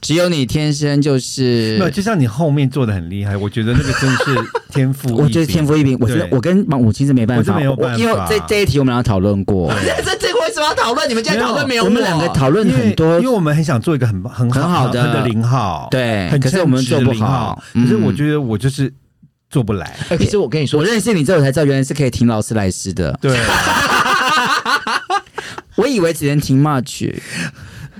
[SPEAKER 2] 只有你天生就
[SPEAKER 1] 没有，
[SPEAKER 2] 是。
[SPEAKER 1] 就像你后面做的很厉害，我觉得那个真是天赋，
[SPEAKER 2] 我觉得天赋异禀，我觉得
[SPEAKER 1] 对
[SPEAKER 2] 我跟王母亲是没办
[SPEAKER 1] 我真
[SPEAKER 2] 法，
[SPEAKER 1] 没有办法
[SPEAKER 2] 因为这这一题我们俩讨论过，
[SPEAKER 3] 这这个为什么要讨论？你们今天讨论没有啊
[SPEAKER 2] 我们两个讨论
[SPEAKER 1] 因为
[SPEAKER 2] 很多
[SPEAKER 1] 因为我们很想做一个很很
[SPEAKER 2] 很好的
[SPEAKER 1] 很的零号，
[SPEAKER 2] 对
[SPEAKER 1] 很
[SPEAKER 2] 可是我们做不
[SPEAKER 1] 称职的零号
[SPEAKER 2] 好
[SPEAKER 1] 可是
[SPEAKER 2] 嗯
[SPEAKER 1] 我觉得我就是做不 来，
[SPEAKER 3] 哎、可是我跟你说
[SPEAKER 2] 我，认识你之后我才知道，原来是可以听劳斯莱斯的。
[SPEAKER 1] 对。
[SPEAKER 2] 我以为只能听 March，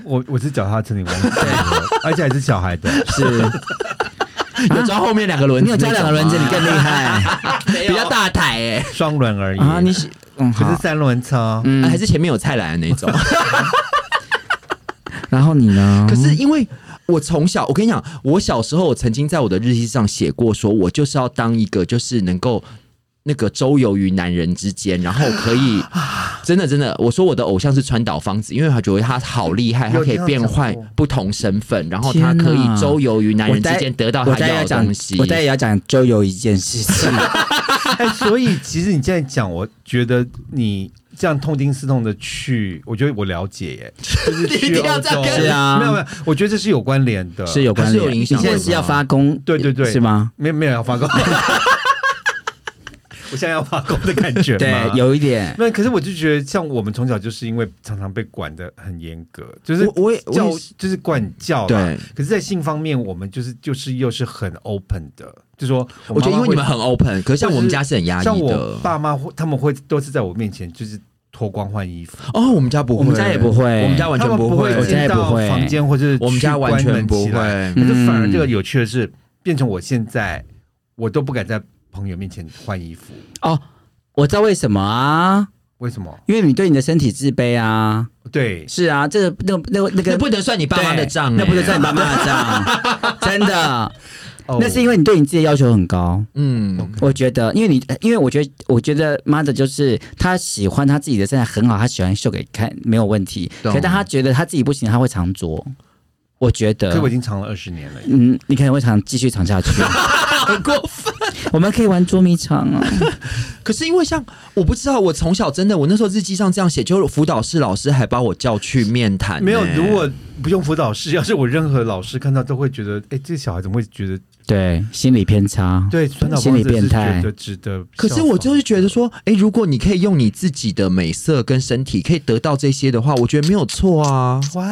[SPEAKER 1] 我我是脚踏车，你忘记了，而且还是小孩的。
[SPEAKER 2] 是
[SPEAKER 3] 啊有抓后面两个轮
[SPEAKER 2] 你
[SPEAKER 3] 子
[SPEAKER 2] 有
[SPEAKER 3] 那种
[SPEAKER 2] 抓
[SPEAKER 3] 吗，
[SPEAKER 2] 两个轮子，你更 厉害，
[SPEAKER 3] 比
[SPEAKER 2] 比较
[SPEAKER 3] 较大。
[SPEAKER 2] 大台哎、
[SPEAKER 1] 双轮而已
[SPEAKER 2] 啊，你是嗯
[SPEAKER 1] 不是
[SPEAKER 2] 好，
[SPEAKER 1] 三轮车。
[SPEAKER 2] 嗯
[SPEAKER 3] 啊还是前面有菜篮的那种，
[SPEAKER 2] 然后你呢？
[SPEAKER 3] 可是因为我从小，我跟你讲，我小时候我曾经在我的日记上写过说我就是要当一个就是能够那个周游于男人之间，然后可以
[SPEAKER 2] 啊
[SPEAKER 3] 真的真的，我说我的偶像是川岛芳子，因为他觉得他好厉害，他
[SPEAKER 1] 有
[SPEAKER 3] 可以变换
[SPEAKER 1] 听到讲过
[SPEAKER 3] 不同身份，然后他
[SPEAKER 2] 天哪
[SPEAKER 3] 可以周游于男
[SPEAKER 2] 我
[SPEAKER 3] 人
[SPEAKER 2] 待
[SPEAKER 3] 之间得到
[SPEAKER 2] 我
[SPEAKER 3] 他
[SPEAKER 2] 待会
[SPEAKER 3] 要
[SPEAKER 2] 要
[SPEAKER 3] 的
[SPEAKER 2] 讲
[SPEAKER 3] 东西，。
[SPEAKER 2] 我待会要讲周游一件事情，
[SPEAKER 1] 哎，所以其实你现在讲，我觉得你这样痛定思痛的去，我觉得我了解 耶，就是
[SPEAKER 3] 你一
[SPEAKER 1] 去
[SPEAKER 3] 定要
[SPEAKER 1] 欧
[SPEAKER 3] 这样
[SPEAKER 1] 洲，
[SPEAKER 3] 跟
[SPEAKER 2] 是啊
[SPEAKER 1] 没有没有，我觉得这是有关联的，
[SPEAKER 2] 是有 关
[SPEAKER 3] 还是有
[SPEAKER 2] 联。
[SPEAKER 3] 影
[SPEAKER 2] 你
[SPEAKER 3] 响
[SPEAKER 2] 现在
[SPEAKER 3] 的
[SPEAKER 2] 是要
[SPEAKER 3] 吗
[SPEAKER 2] 发功，
[SPEAKER 1] 对对对
[SPEAKER 2] 是吗？
[SPEAKER 1] 没有没有要发功， 我现在要发功的感觉吗，
[SPEAKER 2] 对，有一点。
[SPEAKER 1] 那可是我就觉得，像我们从小就是因为常常被管的很严格，就是
[SPEAKER 3] 我我也我也
[SPEAKER 1] 教
[SPEAKER 3] 是
[SPEAKER 1] 就是管教啦
[SPEAKER 3] 对。
[SPEAKER 1] 可是，在性方面，我们就是就是又是很 open 的，就说
[SPEAKER 3] 我觉得因为你们
[SPEAKER 1] 很
[SPEAKER 3] 很 open，可是像我们家是很压抑
[SPEAKER 1] 像
[SPEAKER 3] 的
[SPEAKER 1] 我。爸妈会他们会都是在我面前就是脱光换衣服，
[SPEAKER 3] 哦，我们家不会，
[SPEAKER 2] 我们家也不会
[SPEAKER 3] 我们家完全
[SPEAKER 1] 他们
[SPEAKER 3] 不
[SPEAKER 1] 不
[SPEAKER 3] 会，
[SPEAKER 2] 我家
[SPEAKER 1] 进
[SPEAKER 2] 也不
[SPEAKER 1] 到
[SPEAKER 2] 会
[SPEAKER 1] 房间或者是
[SPEAKER 3] 我
[SPEAKER 1] 去
[SPEAKER 3] 们家完
[SPEAKER 1] 关
[SPEAKER 3] 全
[SPEAKER 1] 门
[SPEAKER 3] 不
[SPEAKER 1] 起来。
[SPEAKER 3] 会。
[SPEAKER 1] 可是反而
[SPEAKER 2] 嗯
[SPEAKER 1] 这个有趣的是，变成我现在我都不敢在朋友面前换衣服，
[SPEAKER 2] 哦，我知道为什么啊，
[SPEAKER 1] 为什么？
[SPEAKER 2] 因为你对你的身体自卑啊。
[SPEAKER 1] 对，
[SPEAKER 2] 是啊，这个那个那个那
[SPEAKER 3] 那
[SPEAKER 2] 个
[SPEAKER 3] 不能算你爸妈的
[SPEAKER 2] 对
[SPEAKER 3] 账欸，
[SPEAKER 2] 那不能算你爸妈的账，真的。
[SPEAKER 1] 哦
[SPEAKER 2] 那是因为你对你自己的要求很高。
[SPEAKER 3] 嗯，
[SPEAKER 2] 我觉得，因为你，因为我觉得，我觉得妈的，就是他喜欢他自己的身材很好，他喜欢秀给看没有问题。
[SPEAKER 3] 懂
[SPEAKER 2] 可是当他觉得他自己不行，他会藏拙。我觉
[SPEAKER 1] 可是
[SPEAKER 2] 得
[SPEAKER 1] 我，已经藏了二十年了。
[SPEAKER 2] 嗯，你可能会藏继续藏下去。
[SPEAKER 3] 很过分。
[SPEAKER 2] 我们可以玩捉迷藏啊，
[SPEAKER 3] 可是因为像我不知道，我从小真的，我那时候日记上这样写，就是辅导室老师还把我叫去面谈欸呢、
[SPEAKER 1] 没有，如果不用辅导室，要是我任何老师看到都会觉得，哎，这小孩怎么会觉得
[SPEAKER 2] 对，心理偏差，
[SPEAKER 1] 对川岛
[SPEAKER 2] 心
[SPEAKER 1] 芳
[SPEAKER 2] 理
[SPEAKER 1] 子是
[SPEAKER 2] 变
[SPEAKER 1] 觉
[SPEAKER 2] 态
[SPEAKER 1] 得值得效仿？
[SPEAKER 3] 可是我就是觉得说，哎、如果你可以用你自己的美色跟身体可以得到这些的话，我觉得没有错啊。
[SPEAKER 1] 哇，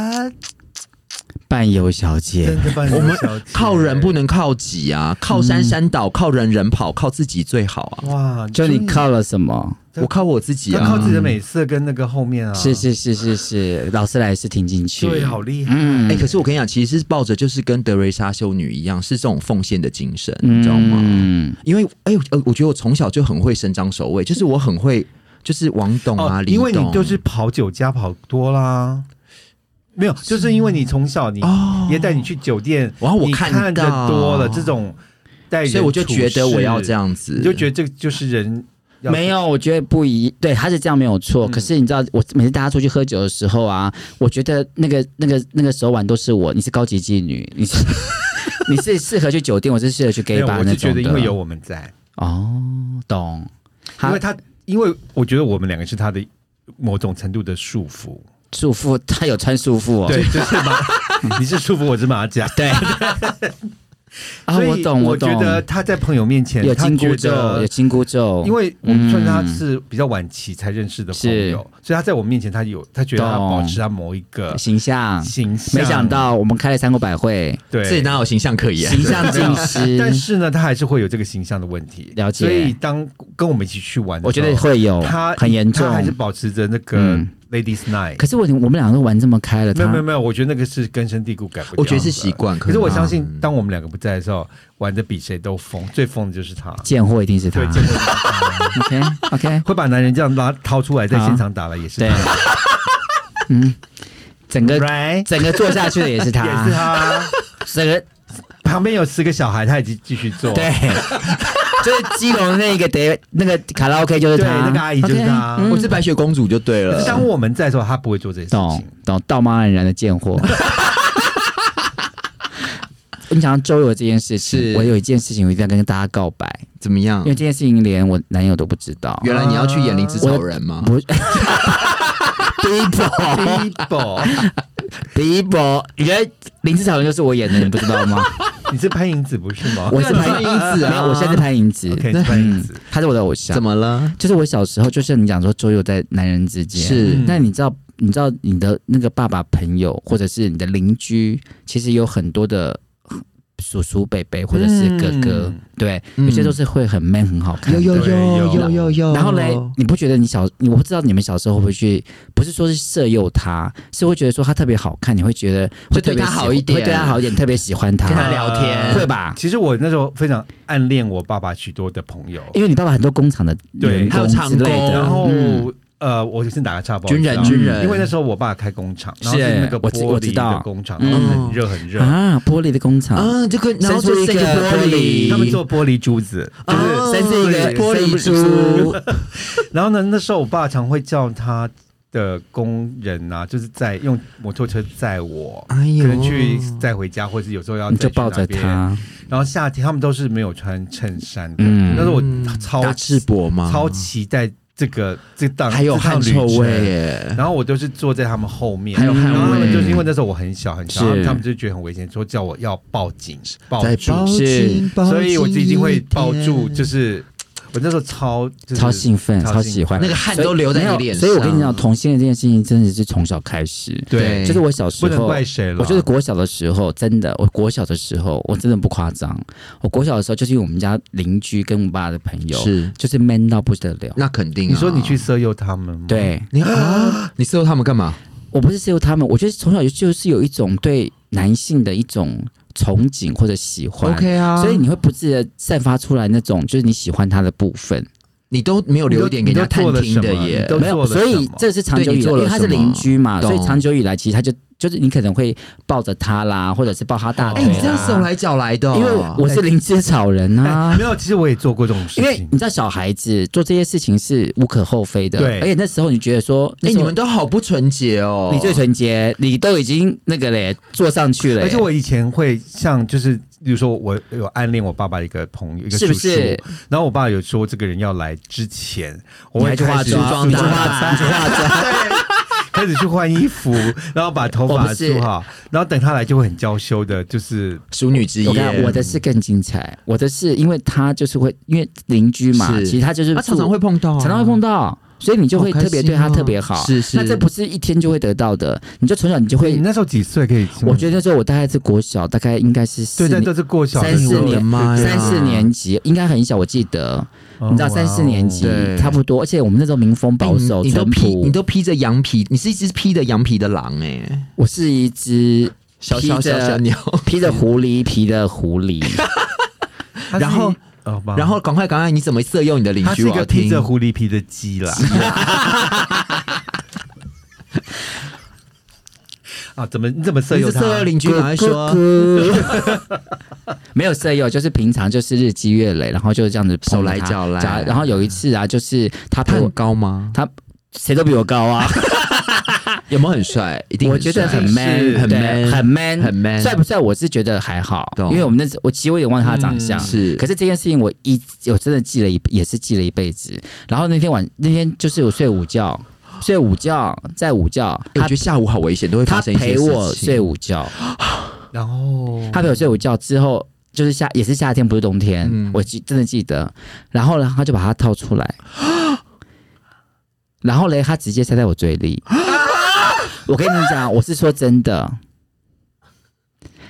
[SPEAKER 2] 伴游小姐，
[SPEAKER 1] 真的扮演
[SPEAKER 3] 我们
[SPEAKER 1] 小姐
[SPEAKER 3] 靠人不能靠己啊，靠山山倒，靠人人跑，靠自己最好啊。
[SPEAKER 1] 哇，
[SPEAKER 2] 就你靠了什么？
[SPEAKER 1] 对
[SPEAKER 3] 我靠我自己
[SPEAKER 1] 他
[SPEAKER 3] 啊
[SPEAKER 1] 哦靠，自己的美色跟那个后面啊，
[SPEAKER 2] 是是是是是，劳斯莱斯停进去，
[SPEAKER 1] 对，好厉害。
[SPEAKER 2] 嗯
[SPEAKER 3] 哎、可是我跟你讲，其实是抱着就是跟德瑞莎修女一样，是这种奉献的精神，你知道吗？
[SPEAKER 2] 嗯，
[SPEAKER 3] 因为哎、呃我觉得我从小就很会伸张手位，就是我很会，就是王董啊，
[SPEAKER 1] 哦，
[SPEAKER 3] 李
[SPEAKER 1] 因为你
[SPEAKER 3] 董
[SPEAKER 1] 就是跑酒家跑多啦，没有，就是因为你从小你
[SPEAKER 3] 啊哦
[SPEAKER 1] 也带你去酒店，
[SPEAKER 3] 哇我
[SPEAKER 1] 你
[SPEAKER 3] 看
[SPEAKER 1] 看的
[SPEAKER 3] 到
[SPEAKER 1] 多了这种带人处事，
[SPEAKER 3] 所以我就觉得我要这样子，
[SPEAKER 1] 你就觉得这就是人要
[SPEAKER 2] 没有，我觉得不一，对，他是这样没有错。
[SPEAKER 1] 嗯
[SPEAKER 2] 可是你知道，我每次大家出去喝酒的时候啊，我觉得那个、那个、那个手腕都是我，你是高级妓女，你是 你是适合去酒店，我是适合去
[SPEAKER 1] 没
[SPEAKER 2] gay
[SPEAKER 1] 有，
[SPEAKER 2] 吧
[SPEAKER 1] 我
[SPEAKER 2] 那
[SPEAKER 1] 是
[SPEAKER 2] 种
[SPEAKER 1] 觉
[SPEAKER 2] 的。
[SPEAKER 1] 得因为有我们在，
[SPEAKER 2] 哦，懂，
[SPEAKER 1] 因
[SPEAKER 2] 他
[SPEAKER 1] 为他因为我觉得我们两个是他的某种程度的束缚，
[SPEAKER 2] 束缚，他有穿束缚哦。
[SPEAKER 1] 对，就是 马，你是束缚，我是马甲。
[SPEAKER 2] 对啊，
[SPEAKER 1] 所以
[SPEAKER 2] 我懂，
[SPEAKER 1] 我
[SPEAKER 2] 懂
[SPEAKER 1] 觉，得他在朋友面前，
[SPEAKER 2] 有
[SPEAKER 1] 他
[SPEAKER 2] 金箍
[SPEAKER 1] 觉
[SPEAKER 2] 咒，
[SPEAKER 1] 得
[SPEAKER 2] 有金箍咒，嗯
[SPEAKER 1] 因为我们算是他是比较晚期才认识的朋友，所以他在我面前，他有他觉得他
[SPEAKER 2] 懂
[SPEAKER 1] 保持他某一 个
[SPEAKER 2] 形象。
[SPEAKER 1] 形象，
[SPEAKER 2] 没想到我们开了三个百惠，
[SPEAKER 1] 对
[SPEAKER 3] 自己哪有形象可言？
[SPEAKER 2] 形象
[SPEAKER 1] 没有
[SPEAKER 2] 尽失，
[SPEAKER 1] 但是呢，他还是会有这个形象的问题。
[SPEAKER 2] 了解
[SPEAKER 1] 所以当跟我们一起去玩的
[SPEAKER 2] 我
[SPEAKER 1] 时
[SPEAKER 2] 觉
[SPEAKER 1] 候，
[SPEAKER 2] 得会有
[SPEAKER 1] 他
[SPEAKER 2] 很严重
[SPEAKER 1] 他。还是保持着那个
[SPEAKER 2] 嗯
[SPEAKER 1] ladies night。
[SPEAKER 2] 可是我我们两个都玩这么开了，
[SPEAKER 1] 没有
[SPEAKER 2] 他
[SPEAKER 1] 没有没有，我觉得那个是根深蒂固改不掉的。
[SPEAKER 3] 我觉得是习惯，
[SPEAKER 1] 可是
[SPEAKER 3] 能
[SPEAKER 1] 我
[SPEAKER 3] 啊
[SPEAKER 1] 相信，当我们两个不在的时候，玩的比谁都疯，最疯的就是他。
[SPEAKER 2] 贱货一定是他
[SPEAKER 1] 对，。见过他
[SPEAKER 2] OK OK，
[SPEAKER 1] 会把男人这样拉掏出来，在
[SPEAKER 2] 好
[SPEAKER 1] 现场打了也是
[SPEAKER 2] 对
[SPEAKER 1] 他。，
[SPEAKER 2] 嗯，整个
[SPEAKER 1] right
[SPEAKER 2] 整个做下去的也是
[SPEAKER 1] 也是
[SPEAKER 2] 他，
[SPEAKER 1] 他。
[SPEAKER 2] 整个
[SPEAKER 1] 旁边有十个小孩，他已经继续做。
[SPEAKER 2] 对，就是基隆那个得那个卡拉 OK 就是
[SPEAKER 1] 对，
[SPEAKER 2] 他，
[SPEAKER 1] 那个阿姨就是他。
[SPEAKER 2] OK，嗯
[SPEAKER 3] 我是白雪公主就对
[SPEAKER 1] 可是
[SPEAKER 3] 了
[SPEAKER 1] 当。我们在的时候，他不会做这些事
[SPEAKER 2] 懂
[SPEAKER 1] 情。
[SPEAKER 2] 懂，道貌岸然的 贱货。你讲到周游这件事情，
[SPEAKER 3] 是
[SPEAKER 2] 我有一件事情我一定要跟大家告白，
[SPEAKER 3] 怎么样
[SPEAKER 1] 嗯
[SPEAKER 2] 因为？这件事情连我男友都不知道。
[SPEAKER 3] 原来你要去演灵芝草人吗？
[SPEAKER 2] 不，People
[SPEAKER 1] People，
[SPEAKER 2] People，原来 林志草人就是我演的，你不知道吗？
[SPEAKER 1] 你是潘迎紫不是吗？
[SPEAKER 2] 我是潘
[SPEAKER 3] 你是潘迎紫啊
[SPEAKER 2] 没有我现在是嗯潘迎紫
[SPEAKER 1] OK，你是潘迎紫。
[SPEAKER 2] 他是我的偶像
[SPEAKER 3] 怎。么了？
[SPEAKER 2] 就是我小时候，就是你讲说周游在男人之间，
[SPEAKER 3] 是
[SPEAKER 1] 嗯
[SPEAKER 2] 那你知道，你知道你的那个爸爸朋友，或者是你的邻居，其实有很多的呃叔叔、伯伯，或者是哥哥，
[SPEAKER 1] 嗯
[SPEAKER 2] 对，
[SPEAKER 3] 嗯
[SPEAKER 2] 有些都是会很 man、很好看的。
[SPEAKER 1] 有有有
[SPEAKER 3] 有有
[SPEAKER 2] 然后嘞，你不觉得你小，你我不知道你们小时候会不会去，不是说是色诱他，是会觉得说他特别好看，你会觉得会
[SPEAKER 3] 就对
[SPEAKER 2] 特别
[SPEAKER 3] 他
[SPEAKER 2] 喜
[SPEAKER 3] 好一点
[SPEAKER 2] 会对他好一点，特别喜欢
[SPEAKER 3] 跟他
[SPEAKER 2] 他，
[SPEAKER 3] 聊天
[SPEAKER 2] 会吧？
[SPEAKER 1] 嗯其实我那时候非常暗恋我爸爸许多的朋友，
[SPEAKER 2] 因为你爸爸很多工厂的
[SPEAKER 1] 对
[SPEAKER 2] 员
[SPEAKER 3] 还有
[SPEAKER 2] 工
[SPEAKER 3] 厂
[SPEAKER 2] 之类
[SPEAKER 3] 工
[SPEAKER 2] 的，
[SPEAKER 1] 然后
[SPEAKER 2] 嗯
[SPEAKER 1] 呃，我先打个岔，不好意
[SPEAKER 3] 军
[SPEAKER 1] 思
[SPEAKER 3] 人
[SPEAKER 1] 啊
[SPEAKER 3] 军人，
[SPEAKER 1] 因为那时候我爸开工厂，然后
[SPEAKER 2] 是
[SPEAKER 1] 是那个
[SPEAKER 2] 我知
[SPEAKER 1] 玻
[SPEAKER 2] 我知
[SPEAKER 1] 璃
[SPEAKER 2] 道
[SPEAKER 1] 的工厂，然后很热很热，
[SPEAKER 2] 啊，玻璃的工厂，
[SPEAKER 3] 啊，这个然后
[SPEAKER 2] 伸出
[SPEAKER 3] 就
[SPEAKER 2] 一
[SPEAKER 3] 是一个
[SPEAKER 2] 个
[SPEAKER 3] 玻
[SPEAKER 2] 玻璃
[SPEAKER 3] 璃，
[SPEAKER 1] 他们做玻璃珠子，
[SPEAKER 2] 就是
[SPEAKER 3] 哦
[SPEAKER 2] 生是一个
[SPEAKER 3] 玻璃
[SPEAKER 2] 珠，
[SPEAKER 1] 然后呢，那时候我爸常会叫他的工人啊，就是在用摩托车载我，
[SPEAKER 3] 哎
[SPEAKER 1] 可
[SPEAKER 3] 呦，
[SPEAKER 1] 能去载回家，或者是有时候要
[SPEAKER 2] 你就
[SPEAKER 1] 载去
[SPEAKER 2] 抱着
[SPEAKER 1] 哪边。
[SPEAKER 2] 他，
[SPEAKER 1] 然后夏天他们都是没有穿衬衫的，
[SPEAKER 2] 嗯
[SPEAKER 1] 但是我超
[SPEAKER 3] 打赤膊吗？
[SPEAKER 1] 超期待这个这档
[SPEAKER 3] 还有
[SPEAKER 1] 这趟
[SPEAKER 3] 汗
[SPEAKER 1] 旅
[SPEAKER 3] 臭
[SPEAKER 1] 程
[SPEAKER 3] 味。耶，
[SPEAKER 1] 然后我都是坐在他们后面，
[SPEAKER 3] 还有汗
[SPEAKER 1] 然后他们
[SPEAKER 3] 味
[SPEAKER 1] 就是因为那时候我很小很小，
[SPEAKER 2] 是
[SPEAKER 1] 然后他们就觉得很危险，说叫我要报警报
[SPEAKER 3] 在
[SPEAKER 1] 住，
[SPEAKER 2] 是
[SPEAKER 1] 所以我自己一定会抱住，就是是我那时候超就是
[SPEAKER 2] 超兴奋，超喜欢，
[SPEAKER 3] 那个汗都流在你脸上
[SPEAKER 2] 所以没有所以我跟你讲，同性恋这件事情真的是从小开始，
[SPEAKER 1] 对，
[SPEAKER 2] 就是我小时
[SPEAKER 1] 不能
[SPEAKER 2] 候。
[SPEAKER 1] 怪谁了。
[SPEAKER 2] 我就是国小的时候，真的，我国小的时候，我真的不夸张。我国小的时候，就是因为我们家邻居跟我爸的朋友，
[SPEAKER 3] 是
[SPEAKER 2] 就是 man 到不得了。
[SPEAKER 3] 那肯定啊。
[SPEAKER 1] 你说你去色诱他们吗？，
[SPEAKER 2] 对
[SPEAKER 3] 你啊，你伺候他们干嘛？
[SPEAKER 2] 我不是只有他们，我觉得从小就是有一种对男性的一种憧憬或者喜欢。
[SPEAKER 3] OK 啊，
[SPEAKER 2] 所以你会不自觉散发出来那种就是你喜欢他的部分，
[SPEAKER 3] 你都没有留一点给人家
[SPEAKER 1] 你都
[SPEAKER 3] 探
[SPEAKER 1] 你都
[SPEAKER 3] 听
[SPEAKER 1] 做
[SPEAKER 3] 的
[SPEAKER 1] 了什么
[SPEAKER 3] 耶
[SPEAKER 1] 你。都
[SPEAKER 2] 没有，
[SPEAKER 1] 做了
[SPEAKER 2] 所以
[SPEAKER 1] 什么
[SPEAKER 2] 这是长久
[SPEAKER 3] 对
[SPEAKER 2] 以
[SPEAKER 3] 你
[SPEAKER 2] 来，
[SPEAKER 3] 做
[SPEAKER 2] 因
[SPEAKER 3] 了
[SPEAKER 2] 为他是
[SPEAKER 3] 什么
[SPEAKER 2] 邻居嘛，
[SPEAKER 3] 懂
[SPEAKER 2] 所以长久以来其实他就就是你可能会抱着他啦，或者是抱他大腿
[SPEAKER 3] 哎，
[SPEAKER 2] 啦。
[SPEAKER 3] 你这样手来脚来的哦，
[SPEAKER 2] 因为我是邻居草人啊。
[SPEAKER 1] 哎 没有，其实我也做过这种事
[SPEAKER 2] 因为
[SPEAKER 1] 情
[SPEAKER 2] 你。知道，小孩子做这些事情是无可厚非的。
[SPEAKER 1] 对
[SPEAKER 2] 而且那时候你觉得说，
[SPEAKER 3] 哎，
[SPEAKER 2] 那时
[SPEAKER 3] 你
[SPEAKER 2] 候
[SPEAKER 3] 们都好不纯洁哦，
[SPEAKER 2] 你最纯洁，你都已经那个嘞，坐上去了耶。
[SPEAKER 1] 而且我以前会像就是，比如说我有暗恋我爸爸一个朋友，一个
[SPEAKER 2] 是
[SPEAKER 1] 叔叔，
[SPEAKER 2] 不是
[SPEAKER 1] 然后我爸有说这个人要来之前，我
[SPEAKER 2] 你
[SPEAKER 1] 会
[SPEAKER 2] 还去
[SPEAKER 1] 开
[SPEAKER 2] 化
[SPEAKER 1] 始
[SPEAKER 2] 妆，你去
[SPEAKER 1] 梳
[SPEAKER 2] 化妆，你去化妆。
[SPEAKER 1] 对，开始去换衣服，然后把头
[SPEAKER 2] 我
[SPEAKER 1] 发
[SPEAKER 2] 不是
[SPEAKER 1] 梳好，然后等他来就会很娇羞的，就是
[SPEAKER 3] 淑女之
[SPEAKER 2] 我跟你讲
[SPEAKER 3] 夜，
[SPEAKER 2] 我的是更精彩，我的是因为他就是会，因为邻居嘛，
[SPEAKER 3] 是
[SPEAKER 2] 其实他就是
[SPEAKER 3] 他常常会碰到啊，
[SPEAKER 2] 常常会碰到。所以你就会
[SPEAKER 3] 好开
[SPEAKER 2] 特
[SPEAKER 3] 心
[SPEAKER 2] 别对他
[SPEAKER 3] 哦
[SPEAKER 2] 特别好。
[SPEAKER 3] 是嗯是
[SPEAKER 2] 那这不是一天就会得到的，你就从小你就
[SPEAKER 1] 对
[SPEAKER 2] 会
[SPEAKER 1] 你。那时候几岁可以？
[SPEAKER 2] 哎我觉得那时候我大概是国小，大概应该是四
[SPEAKER 1] 对对，
[SPEAKER 2] 年
[SPEAKER 1] 都是过小的
[SPEAKER 2] 三
[SPEAKER 1] 时
[SPEAKER 2] 四
[SPEAKER 1] 候
[SPEAKER 2] 年
[SPEAKER 3] 妈呀
[SPEAKER 2] 三四年级，应该很小，我记得。
[SPEAKER 1] 哦
[SPEAKER 2] 你知道
[SPEAKER 1] 哇
[SPEAKER 2] 三
[SPEAKER 1] 哦
[SPEAKER 2] 四年级
[SPEAKER 3] 对哎
[SPEAKER 2] 差不多，而且我们那时候民风保守，
[SPEAKER 3] 你你都
[SPEAKER 2] 淳
[SPEAKER 3] 披
[SPEAKER 2] 朴
[SPEAKER 3] 你都披着羊皮，你是一只披着羊皮的狼哎、
[SPEAKER 2] 我是一只
[SPEAKER 3] 小小小小鸟，
[SPEAKER 2] 披着狐狸皮的狐狸，
[SPEAKER 1] 它是
[SPEAKER 3] 然后
[SPEAKER 1] 哦吧
[SPEAKER 3] 然后赶快赶快，你怎么色诱你的邻
[SPEAKER 1] 它
[SPEAKER 3] 居？
[SPEAKER 1] 是一
[SPEAKER 3] 我要
[SPEAKER 1] 个披
[SPEAKER 3] 听
[SPEAKER 1] 着狐狸皮的鸡啦。 啊，怎么你怎么色
[SPEAKER 3] 你
[SPEAKER 1] 诱
[SPEAKER 3] 是
[SPEAKER 1] 它？
[SPEAKER 3] 色诱邻居，赶快说。
[SPEAKER 2] 没有色诱，就是平常就是日积月累，然后就是这样子碰
[SPEAKER 3] 手来
[SPEAKER 2] 他
[SPEAKER 3] 脚来
[SPEAKER 2] 然后有一次啊，就是
[SPEAKER 3] 他
[SPEAKER 2] 他陪我
[SPEAKER 3] 很，高吗？
[SPEAKER 2] 他谁都比我高 啊，
[SPEAKER 3] 有没有很帅？一定
[SPEAKER 2] 我觉
[SPEAKER 3] 帅
[SPEAKER 2] 得很 man，
[SPEAKER 1] 是
[SPEAKER 2] 对
[SPEAKER 3] 很 man
[SPEAKER 2] 很 man，
[SPEAKER 3] 很 man
[SPEAKER 2] 帅不帅？我是觉得还好，
[SPEAKER 3] 懂
[SPEAKER 2] 因为我们那时我其实我有点忘了他的长
[SPEAKER 3] 嗯
[SPEAKER 2] 相，
[SPEAKER 3] 是
[SPEAKER 2] 可是这件事情我一我真的记了一也是记了一辈子。然后那天晚那天就是我睡午觉，睡午觉在午哎觉，
[SPEAKER 3] 我
[SPEAKER 2] 他
[SPEAKER 3] 觉得下午好危险，都会
[SPEAKER 2] 他
[SPEAKER 3] 发生一些
[SPEAKER 2] 陪我
[SPEAKER 3] 事
[SPEAKER 2] 睡
[SPEAKER 3] 情。
[SPEAKER 2] 午觉，
[SPEAKER 1] 然后
[SPEAKER 3] 嗯
[SPEAKER 2] 他陪我睡午觉之后。就是夏也是夏天，不是冬天，
[SPEAKER 3] 嗯
[SPEAKER 2] 我记真的记得。然后呢，他就把它套出 来，然后嘞，他直接塞在我嘴 里。我跟你讲，我是说真的，